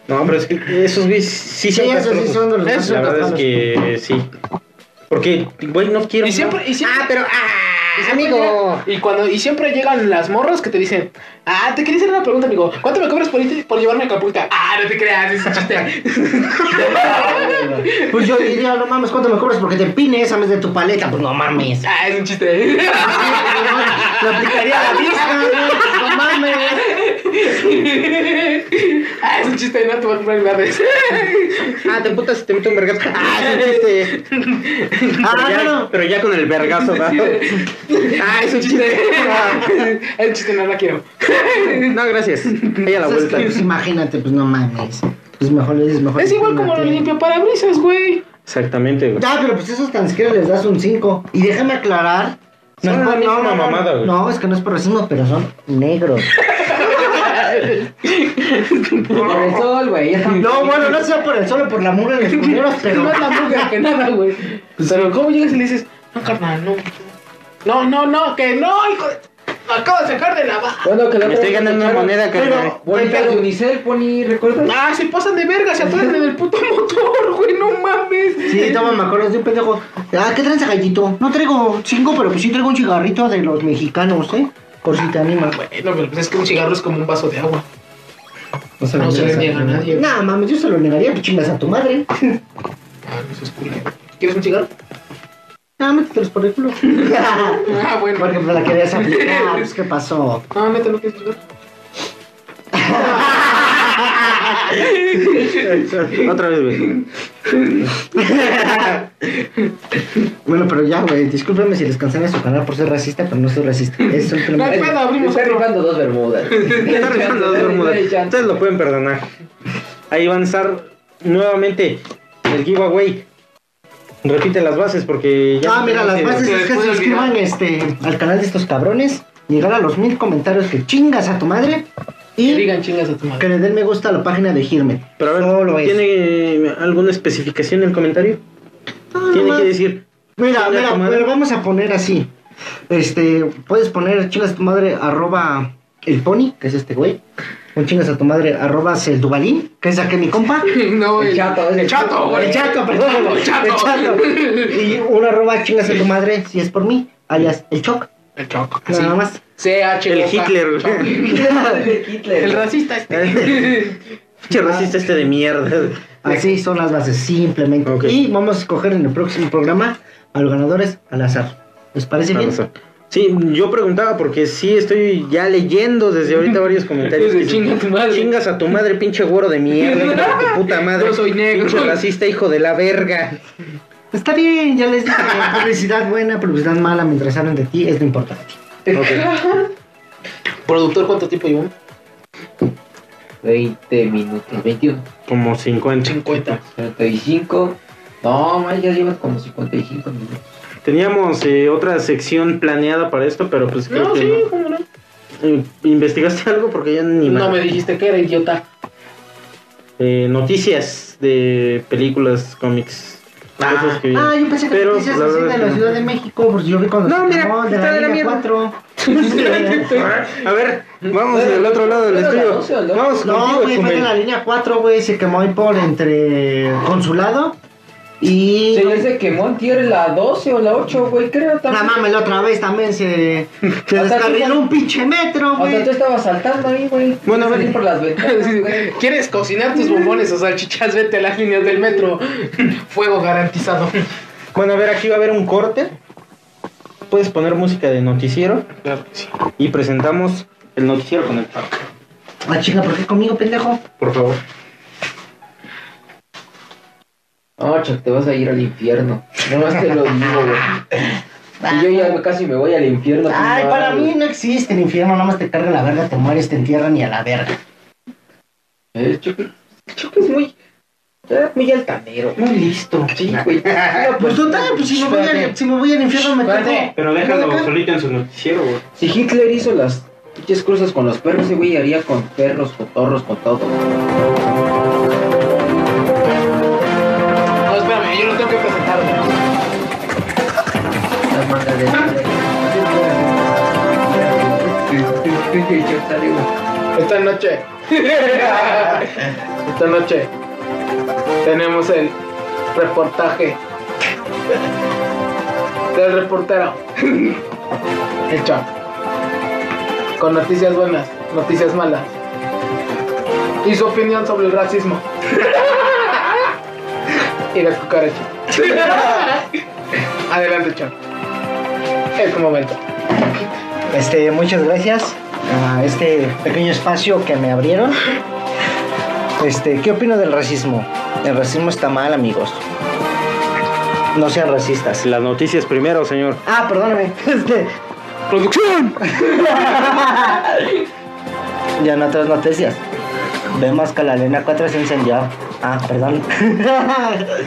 B: No, pero es que esos güeyes sí,
A: Sí, esos sí
B: castrosos.
A: son de los más
B: La verdad es que sí. Porque, güey, no quiero. Ah,
C: y siempre, y siempre,
A: pero.
C: y
A: ¡Ah!
C: siempre llega- Y cuando, y siempre llegan las morras que te dicen, ah, te quería hacer una pregunta, amigo. ¿Cuánto me cobras por, irte- por llevarme a Capulta? Ah, no te creas, es un chiste.
A: Pues yo diría, no mames, ¿cuánto me cobras? Porque te pine esa mes de tu paleta. Pues no mames.
C: ah, es un chiste.
A: Lo aplicaría la vieja, güey, no mames.
C: ah, es un chiste, no te voy a comprar verdes.
B: Ah, te putas si te meto un vergazo. Ah, es un chiste. pero,
A: Ah,
B: ya,
A: no, no.
B: pero ya con el vergazo, ¿va?
C: ah, es un chiste. es un chiste, no la quiero.
B: No, gracias. Ahí a la
A: ¿Sabes
B: vuelta.
A: qué? Pues imagínate, pues no mames. Pues mejor le dices, mejor.
C: Es igual como
A: imagínate.
C: los limpiaparabrisas, güey.
B: Exactamente, güey.
A: Ah, pero pues esos tan siquiera les das un 5. Y déjame aclarar.
B: Son
A: es
B: la
A: por-
B: misma mamada, güey.
A: no, es que no es por racismo, pero son negros.
D: Por el sol, güey. ya estamos-
A: No, bueno, no sea por el solo, por la mugre de los culeros, pero.
C: No es la mujer que nada, güey. Pero ¿cómo llegas y le dices, no, carnal, no? No, no, no, que no, hijo de... Lo acabo de sacar de la baja.
D: Bueno, que la
B: Me
D: otra
B: estoy
D: vez
B: ganando una moneda,
D: escucharon
B: carnal.
D: Bolitas
A: Pero-
D: de Unicel, Pony, ¿recuerdas?
C: Ah, se pasan de verga, se atoran en el puto motor, güey, no mames.
A: Sí, toma, me acuerdo de un pendejo. Ah, ¿qué traes, gallito? No traigo cinco, pero pues sí traigo un cigarrito de los mexicanos, ¿eh? Por si te animas.
C: Bueno, pero pues es que un cigarro es como un vaso de agua.
A: No
C: No se le niega a nadie.
A: Nah, mames, yo se lo negaría, pues chingas a tu madre.
C: Ah, eso es culero. ¿Quieres un cigarro?
A: Nada, métetelos por el culo.
C: Ah, bueno.
A: Porque pues la querías aplicar, pues, ¿qué pasó?
C: No, neta, no quieres un cigarro.
B: Otra vez, güey.
A: Bueno, pero ya, güey, discúlpeme si les cancelan su canal por ser racista, pero no soy racista. Es un
C: No hay
A: primer...
C: pedo, abrimos
D: Está
C: otro.
D: rifando dos bermudas.
B: Está rifando dos bermudas. Ustedes lo pueden perdonar. Ahí va a estar nuevamente el giveaway. Repite las bases porque ya.
A: Ah, mira, las bases es que se suscriban este, al canal de estos cabrones, llegar a los mil comentarios que chingas a tu madre
C: Que
A: y
C: digan chingas a tu madre.
A: que le den me gusta a la página de Girme.
B: Pero a
A: Solo
B: ver,
A: eso.
B: ¿tiene eh, alguna especificación en el comentario?
A: Ah,
B: Tiene
A: no
B: que
A: más.
B: decir.
A: Mira,
B: Chinga
A: mira,
B: tu madre.
A: pero vamos a poner así. Este, puedes poner chingas a tu madre arroba el pony, que es este güey. Un chingas a tu madre arroba Celdubalín, que es aquí mi compa.
C: No,
D: El chato, es
C: el chato, güey.
A: El chato, perdón.
C: El chato.
A: El chato. Y un arroba chingas a tu madre si es por mí, alias el choc.
C: El choco.
A: Nada más.
C: CH.
B: El
C: Boca.
B: Hitler, güey.
C: El racista este.
B: Pinche racista este de mierda.
A: Así son las bases, simplemente.
B: Ok.
A: Y vamos a escoger en el próximo programa a los ganadores al azar. ¿Les parece bien?
B: Sí, yo preguntaba porque sí estoy ya leyendo desde ahorita varios comentarios.
C: Dice,
B: que dicen,
C: "Chinga a tu madre".
B: Chingas a tu madre, pinche güero de mierda, hijo de tu puta madre.
C: Yo soy negro.
B: Pinche racista, hijo de la verga.
A: Está bien, ya les dije, publicidad buena, publicidad mala, mientras hablan de ti, es lo importante.
C: Productor, ¿cuánto tiempo llevó?
D: 20 minutos, 21,
B: Como 50.
C: 50.
D: 35. No, man, ya llevas como 55 minutos.
B: Teníamos eh, otra sección planeada para esto, pero pues creo
C: No,
B: que
C: sí,
B: no.
C: cómo no.
B: Eh, ¿Investigaste algo? Porque ya ni
C: No me
B: madre.
C: dijiste que era idiota.
B: Eh, noticias de películas, cómics.
C: Ah.
B: cosas que-
A: Ah, yo pensé que
B: Pero,
A: noticias
B: la
A: así
B: verdad
A: de
B: es
A: la
B: que no.
A: Ciudad de México, pues yo vi cuando
B: No,
A: se
B: mira,
A: acabó
B: está de la
A: Línea
B: mierda.
A: 4.
B: A ver, vamos del otro lado del
D: Pero el
B: estudio.
D: anuncio, ¿no?
B: Vamos
A: No,
B: contigo,
A: güey, fue de
B: Chumel.
A: la línea 4, güey, se quemó ahí por entre consulado y...
D: Señor, se quemó en tierra la 12 o la 8, güey, creo
A: La
D: también.
A: mames, la otra vez también se, se
D: O sea, tú
A: descarriló
D: ya-
A: un pinche metro,
D: O sea,
A: güey.
D: tú estabas saltando ahí, güey.
B: Bueno, a ver.
D: Salí por las ventanas, güey.
C: ¿Quieres cocinar tus bombones o salchichas? Vete a las líneas del metro. Fuego garantizado.
B: Bueno, a ver, aquí va a haber un corte. Puedes poner música de noticiero
C: Claro que sí.
B: y presentamos el noticiero con el chavo.
A: Ah, chinga, ¿por qué conmigo, pendejo?
B: Por favor.
D: No, Chuck, te vas a ir al infierno. Nomás te lo digo, güey. Y yo ya casi me voy al infierno.
A: Ay,
D: tú no,
A: para
D: güey.
A: mí no existe el infierno, nada más te carga la verga, te mueres, te entierran y a la verga.
D: Pues, El Chucky, el Chucky Eh, es muy. eh, Muy altanero. Muy listo. Sí, güey. No,
A: Pues total, pues si me voy,
D: espérate.
A: al, si me voy al infierno me
D: Espérate.
A: cargo.
B: Pero
A: ¿Me
B: déjalo
A: cargo?
B: solito en su noticiero, güey.
D: Si Hitler hizo las pinches cruzas con los perros, ese güey haría con perros, con torros, con todo.
C: No, espérame, yo lo tengo que presentar.
D: La madre de- El chotarro, güey.
C: Esta noche. Esta noche. Tenemos el reportaje. Del reportero. El chat. Con noticias buenas, noticias malas. Y su opinión sobre el racismo. Y las cucarachas. Adelante, chat. Es tu momento.
A: Este, muchas gracias a este pequeño espacio que me abrieron. Este, ¿qué opino del racismo? El racismo está mal, amigos. No sean racistas.
B: Las noticias primero, señor.
A: Ah, perdóname. Este,
B: ¡Producción!
A: ya en otras noticias. Vemos que la arena 4 se incendió. Ah, perdón.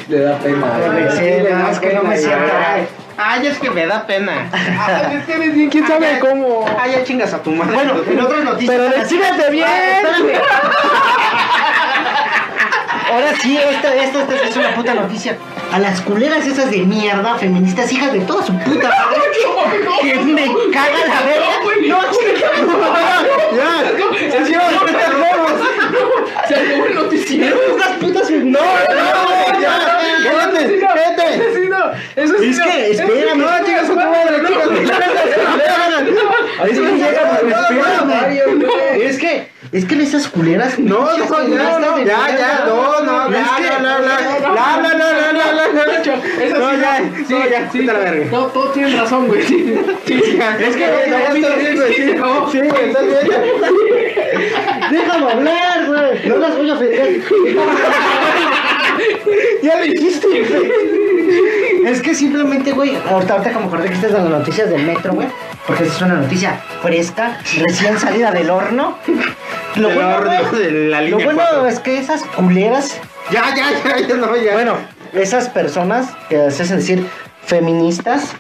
D: Le da pena. ¿eh? güey.
A: Sí,
D: Le
A: no,
D: da
A: es que no
D: pena,
A: me
D: güey.
A: siento.
B: Ay, es que me da pena.
C: ¿Quién sabe cómo?
B: Ay, ya chingas a tu madre.
A: Bueno, en otras noticias. Ah,
B: Pero
A: decídete bien. Ahora sí, esta, esta, esta es una puta noticia. A las culeras esas de mierda, feministas, hijas de toda su puta madre. que me caga la verga. No, no, ya. Se hicieron los putas globos.
D: Se acabó el noticiero.
A: Estas putas. No, no, no, ya. Quédate, quédate.
C: Asesino, eso sí
A: Es que, espérame.
C: No, chicas, su madre, chicas, su
A: Ahí sí llega,
D: No,
A: espérame.
D: Mario, güey.
A: Es que, es que de esas culeras.
B: No, no,
A: pinches
B: no,
A: feministas
B: no,
A: de
B: ya,
A: mierda.
B: ya, no, no,
A: Es
B: bla,
A: que-
B: bla, bla, bla, bla, bla, bla, bla, bla, bla, bla.
C: Eso
B: No,
C: sí,
B: ya,
C: sí,
B: no, ya,
C: sí.
B: vete a la verga.
C: No, todos tienen razón, güey. Sí, sí.
B: Es que,
C: güey, ya
B: no, está
C: vi-
B: bien, güey, sí,
C: no.
B: sí, güey, está bien, ya.
A: Déjame hablar, güey. No las voy a ofender.
B: Ya lo hiciste, güey.
A: Es que simplemente, güey, ahorita, ahorita como acordé que estás en las noticias del metro, güey. Porque esa es una noticia fresca, recién salida del horno. Lo
B: Del
A: bueno,
B: horno,
A: güey,
B: de la
A: lo
B: línea
A: bueno
B: cuatro.
A: es que esas culeras,
B: Ya, ya, ya, ya, no, ya.
A: bueno, esas personas que se hacen decir feministas,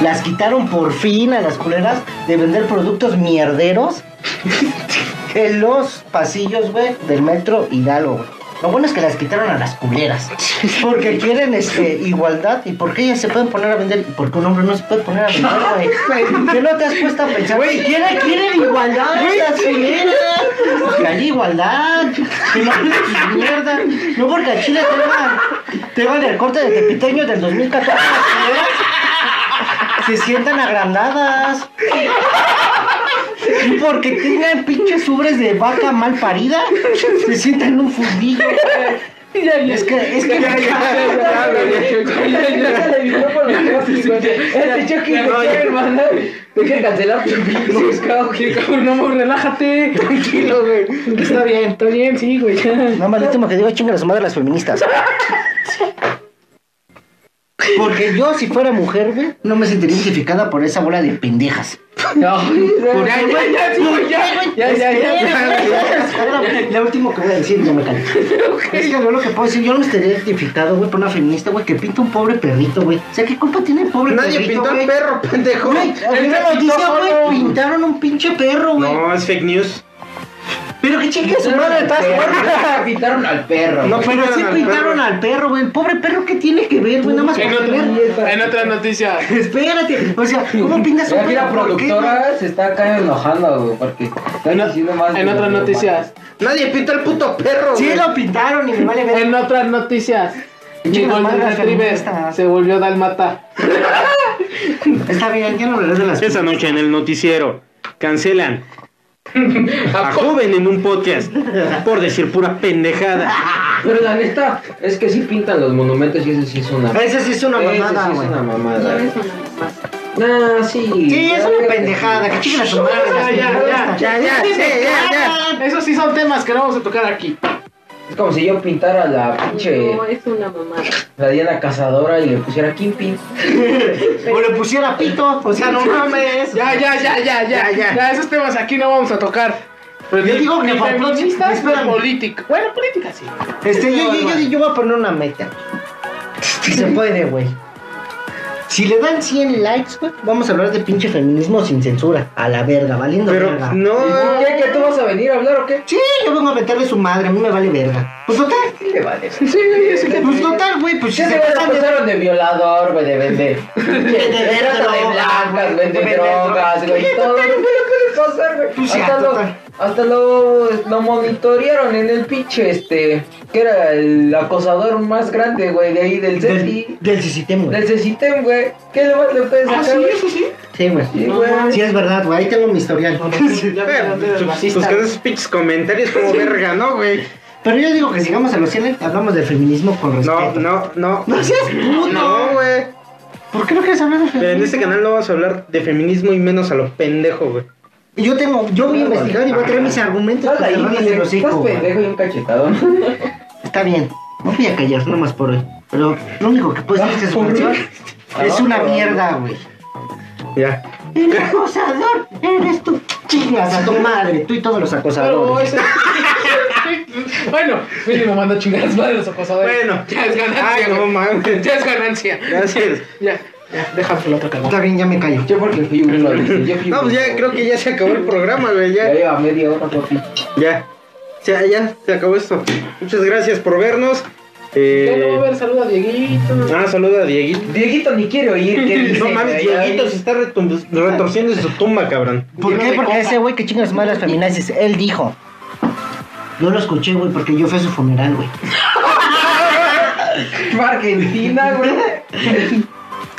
A: las quitaron por fin a las culeras de vender productos mierderos en los pasillos, güey, del metro Hidalgo, güey. Lo bueno es que las quitaron a las culeras. Porque quieren este, igualdad. ¿Y por qué ellas se pueden poner a vender? ¿Y por qué un hombre no se puede poner a vender, güey? ¿Qué no te has puesto a pensar? Güey, quieren, quieren igualdad las culeras. Que haya igualdad. Que no hables mierda. No porque a Chile te van, te van el corte de Tepiteño del 2014. las culeras ¿eh? Se sientan agrandadas. Y porque tengan pinches ubres de vaca mal parida, se sientan en un fundillo. Es que, es que.
D: Sácale el micrófono, Chucky, güey. Este Chucky me
B: No, ya.
D: quiere, hermano. Te quiere cancelar tu pinche cao, que cabrón, no, amor,
C: Relájate, tranquilo, güey. Está bien, está bien, sí, güey.
A: No más lo último que digo, chinga a su madre las feministas. Porque yo, si fuera mujer, güey, no me sentiría identificada por esa bola de pendejas.
D: no,
A: Porque, güey,
C: ya, sí, güey, ya,
D: ya, ya, ya,
A: Lo último que voy a decir, ya me callo. Es que yo lo que puedo decir, yo no me estaría identificado, güey, por una feminista, güey, que pinta un pobre perrito, güey. O sea, ¿qué culpa tiene el pobre
B: Nadie
A: perrito?
B: pintó al
A: güey?
B: perro, pendejo.
A: Güey, en la noticia, güey, pintaron un pinche perro, güey.
B: No, es fake news.
A: Pero que chingue su madre, estás
D: Perro,
A: muerta.
D: Pintaron al perro.
B: No,
D: güey.
A: Pero sí
B: Pintaron al
A: pintaron
B: perro.
A: al perro, güey. El pobre perro, ¿qué tiene que ver, güey? Nada más
C: En
A: para
C: otra,
A: ver.
C: en otra noticia.
A: Espérate, o sea, ¿cómo pintas un
D: Mira que la
A: perro? ¿Por qué, güey?
D: productora se está acá enojando, güey, porque están
C: En, o-
D: diciendo más.
C: en
D: de lo
C: otras
D: normal.
C: noticias.
B: Nadie pintó al puto perro,
A: Sí
B: güey.
A: lo pintaron y me vale ver.
C: En otras noticias. Mi
A: Chingas
C: Golden
A: madres
C: Retriever
A: feministas.
C: se volvió Dalmata.
A: Está bien, ya no hablarás de las...
B: Esa noche en el noticiero cancelan a joven en un podcast por decir pura pendejada.
D: Pero la neta, es que sí pintan los monumentos y eso sí es una.
A: Esa sí es una
D: Ese
A: mamada,
D: sí es
A: güey.
D: una mamada.
F: Ya es una mamá.
D: Nah, sí.
A: Sí, es
D: Ya,
A: una
D: ya,
A: pendejada. Que chingue a su madre. las
C: Ya, ya,
A: feministas.
B: ya, ya, sí, ya, ya.
C: Esos sí son temas que no vamos a tocar aquí.
D: Es como si yo pintara la pinche.
F: No es una mamá.
D: La Diana Cazadora y le pusiera Kimpin.
A: O le pusiera pito, o sea, no mames.
C: Ya, ya, ya, ya, ya,
A: Ya, ya.
C: ya. esos temas aquí no vamos a tocar. Pero
A: Yo digo que para el próximo-
C: feministas ni
A: espérame.
C: política. Bueno, política sí.
A: Este, yo, yo, yo, yo voy a poner una meta. Si se puede, güey. Si le dan 100 likes, güey, vamos a hablar de pinche feminismo sin censura. A la verga, valiendo verga.
B: Pero no.
D: ¿Qué? ¿Que tú vas a venir a hablar o qué?
A: Sí, yo vengo a meterle su madre, a mí me vale verga. Pues total.
D: ¿Qué le vale?
C: Sí, sí, sí.
A: Pues total, güey, pues si
D: ¿Qué
A: se
D: se van
A: pasan de-
D: pasaron de violador, güey, de vender? De
A: vender
D: trata de
A: drogas,
D: blancas,
A: güey,
D: vende
A: vender
D: drogas,
A: drogas.
D: güey, todo. pasar, güey.
A: Pues ya,
D: hasta, lo,
A: total.
D: hasta lo, lo monitorearon en el pinche, este, que era el acosador más grande, güey, de ahí del
A: Del,
D: CETI,
A: del CCTM, güey.
D: del CECITEM, güey. ¿Qué le vas le puedes
C: Ah,
D: sacar,
C: sí,
D: güey?
C: eso sí.
A: Sí, güey.
D: Sí,
C: No,
D: güey.
C: mames.
A: Sí, es verdad, güey. Ahí tengo mi historial.
C: No, no, no, ya me
B: Pero,
C: acordé del
B: pues,
C: racista,
B: pues con esos pinches comentarios como verga, ¿no, güey?
A: Pero yo digo que sigamos a los 100, hablamos del feminismo con
B: No,
A: respeto.
B: no, no.
A: Pues No seas puto.
B: No, güey.
A: ¿Por qué no quieres hablar de
B: Pero
A: feminismo?
B: en este canal no vamos a hablar de feminismo y menos a lo pendejo, güey.
A: Yo tengo, yo voy a investigar y voy a traer mis argumentos.
D: Sal de
A: para
D: ahí,
A: cerrarles
D: dice,
A: el hocico,
D: estás
A: güey.
D: pendejo y un cachetadón.
A: Está bien, no voy a callar nomás por hoy. Pero lo único que puedo decir es que su canción es una mierda, güey.
B: Ya.
A: El acosador eres tú. Chingas a tu madre, tú y todos los
C: Pero
A: acosadores.
C: ese- bueno, mínimo manda a chingar a las madres los acosadores.
B: Bueno.
C: ya es ganancia.
B: Ay, no
C: güey.
B: mames.
C: Ya es ganancia.
B: Gracias.
C: Ya, ya, déjame la otra
A: Está
B: Eh.
C: cagada.
A: bien, ya me callo.
D: Yo porque fui uno, dice, yo fui
B: No, pues ya
D: uno.
B: creo que ya se acabó el programa, güey.
D: Ya
B: Ya,
D: lleva media hora, papi.
B: ya. O sea, ya se acabó esto. Muchas gracias por
C: Ya
B: vernos.
C: no va a
B: Eh,
C: haber saluda a Dieguito.
B: ah, saluda a Dieguito.
D: Dieguito ni quiere oír, ¿qué dice?
B: No mames,
D: güey?
B: Dieguito se está retum- retorciendo en su tumba, cabrón.
A: ¿Por qué? Porque ese güey que chinga las madres feminazis, él dijo. Yo lo escuché, güey, porque yo fui a su funeral, güey.
D: Argentina, güey.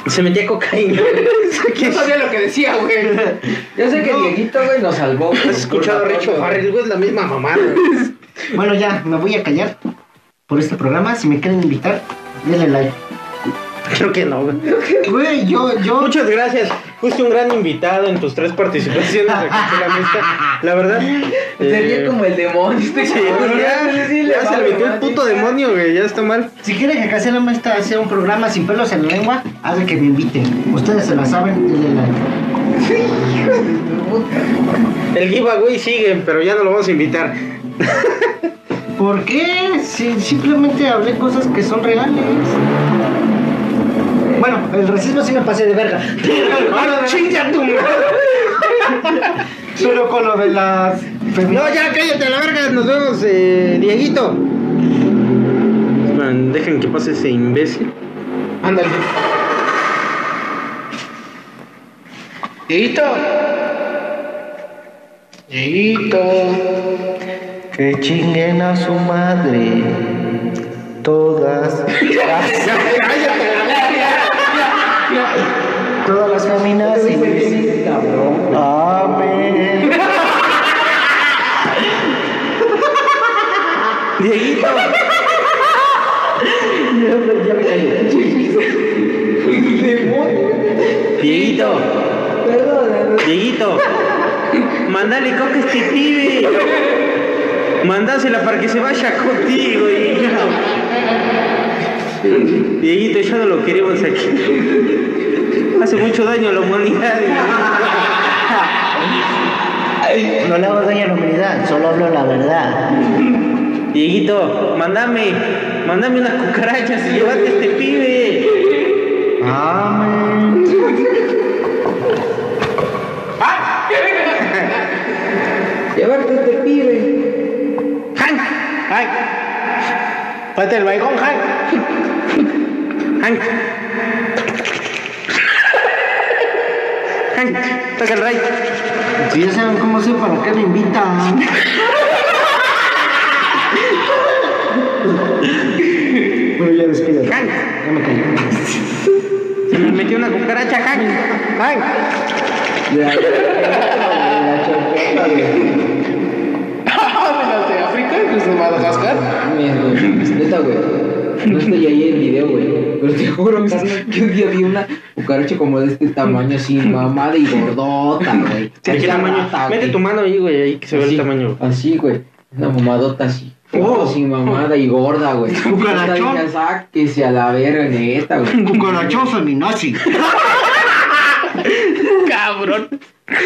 B: Se metía cocaína.
C: Yo sabía lo que decía, güey.
D: Yo sé que
B: No.
D: Dieguito, güey, nos salvó. güey.
B: ¿Has escuchado a Richo Farrell, güey? Es la misma mamada. güey.
A: Bueno, ya, me voy a callar por este programa. Si me quieren invitar, denle like.
B: Creo que no, güey.
A: Güey, yo, yo.
B: Muchas gracias. Fuiste un gran invitado en tus tres participaciones aquí en la mesa. La verdad.
D: Sería
B: eh,
D: como el demonio. Este
B: Sí,
D: cabrón,
B: ya,
D: sí, sí, le
B: ya se
D: vale
B: le metió el
D: madre.
B: puto demonio, güey. Ya está mal.
A: Si quieren que Casela Maestra hacer un programa sin pelos en la lengua, hagan que me inviten. Ustedes se la saben, denle like.
B: El giveaway sigue, pero ya no lo vamos a invitar.
A: ¿Por qué? Si simplemente hablé cosas que son reales. Bueno, el racismo sí me pasé de verga.
B: ¡Ah, chinga tu madre!
A: Solo con lo de las
B: No,
A: feminazis.
B: ya cállate a la verga. Nos vemos, eh, Dieguito. Man, dejen que pase ese imbécil.
C: Ándale. Dieguito. Dieguito.
A: Que chinguen a su madre. Todas. Todas las feminazis. Amén.
B: Dieguito. Dieguito. Dieguito. Mandale coca a este pibe. Mandásela para que se vaya contigo, Dieguito. Dieguito, ya no lo queremos aquí. Hace mucho daño a la humanidad.
A: No le hago daño a la humanidad, solo hablo la verdad.
B: Dieguito, mandame, mandame unas cucarachas y llévate a este pibe.
A: Amén.
D: Llevarte este pibe.
B: Hank, Hank. Pate el balcón, Hank. Hank. Hank, toca el rayo.
A: Si ya saben cómo soy, ¿para qué me invitan? bueno, ya despido. Ya
B: Hank,
A: me callo.
B: se me metió una cucaracha, Hank. Hank.
D: La- la champeta, güey.
C: Ah, de África, desde Madagascar.
D: Mira, güey, Neta, güey. No estoy ahí en el video, güey. Pero te juro, Carlos, que un día vi una cucaracha como de este tamaño, así, mamada y gordota, güey.
B: Sí, aquí el tamaño.
D: Rata, güey.
B: Mete tu mano ahí, güey, ahí que se ve el
D: Así,
B: tamaño.
D: Así, güey. Una mamadota así.
B: Oh.
D: Así mamada y gorda, güey.
A: Cucarachón.
D: Esta vieja, Sáquese a la verga, neta, güey.
A: Cucarachón feminazi.
C: Cabrón.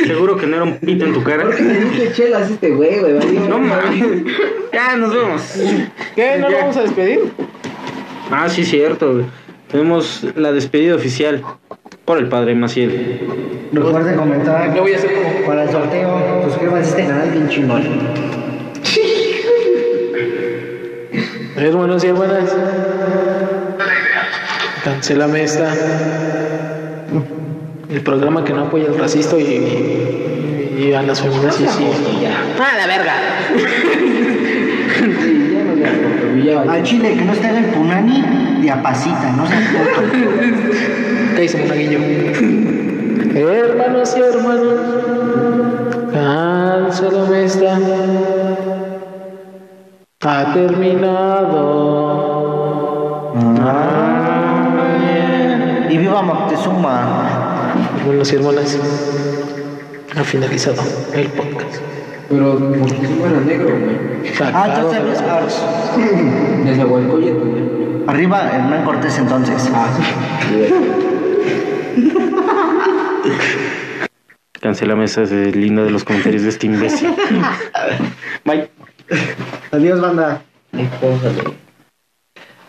B: Seguro que no era un pito en tu cara.
D: ¿Qué chelas este güey, güey? Valió
B: No
D: madre.
B: mames. Ya, nos vemos.
C: ¿Qué? ¿No lo vamos a despedir?
B: Ah, sí, cierto, güey. Tenemos la despedida oficial por el padre Maciel.
A: Recuerden comentar.
C: Lo voy a hacer como.
A: Para el sorteo, suscríbanse a este canal bien chingón.
F: Hermanos y hermanas, cancelame esta. El programa que no apoya al racista y,
C: y a las feminazis, sí.
G: Ah, la verga.
D: Sí, ya no le hago, ya valió.
A: Al chile que no esté en el Punani, diapasita, no se
G: ¿Qué dice Monaguillo?
C: Hermanos y hermanos, tan solo me está. Ha terminado.
A: Y viva Moctezuma.
C: Hermanos y hermanas, ha finalizado el podcast.
D: Pero Moctezuma era negro, güey.
A: Ah,
C: Sacado
A: entonces
C: de
A: Luis
C: la-
A: Carlos.
D: Desde Hualcoyet, güey.
A: Arriba Hernán Cortés entonces.
B: Cancelame esa linda de los comentarios de este imbécil. Bye.
A: Adiós, banda.
D: Escózalo.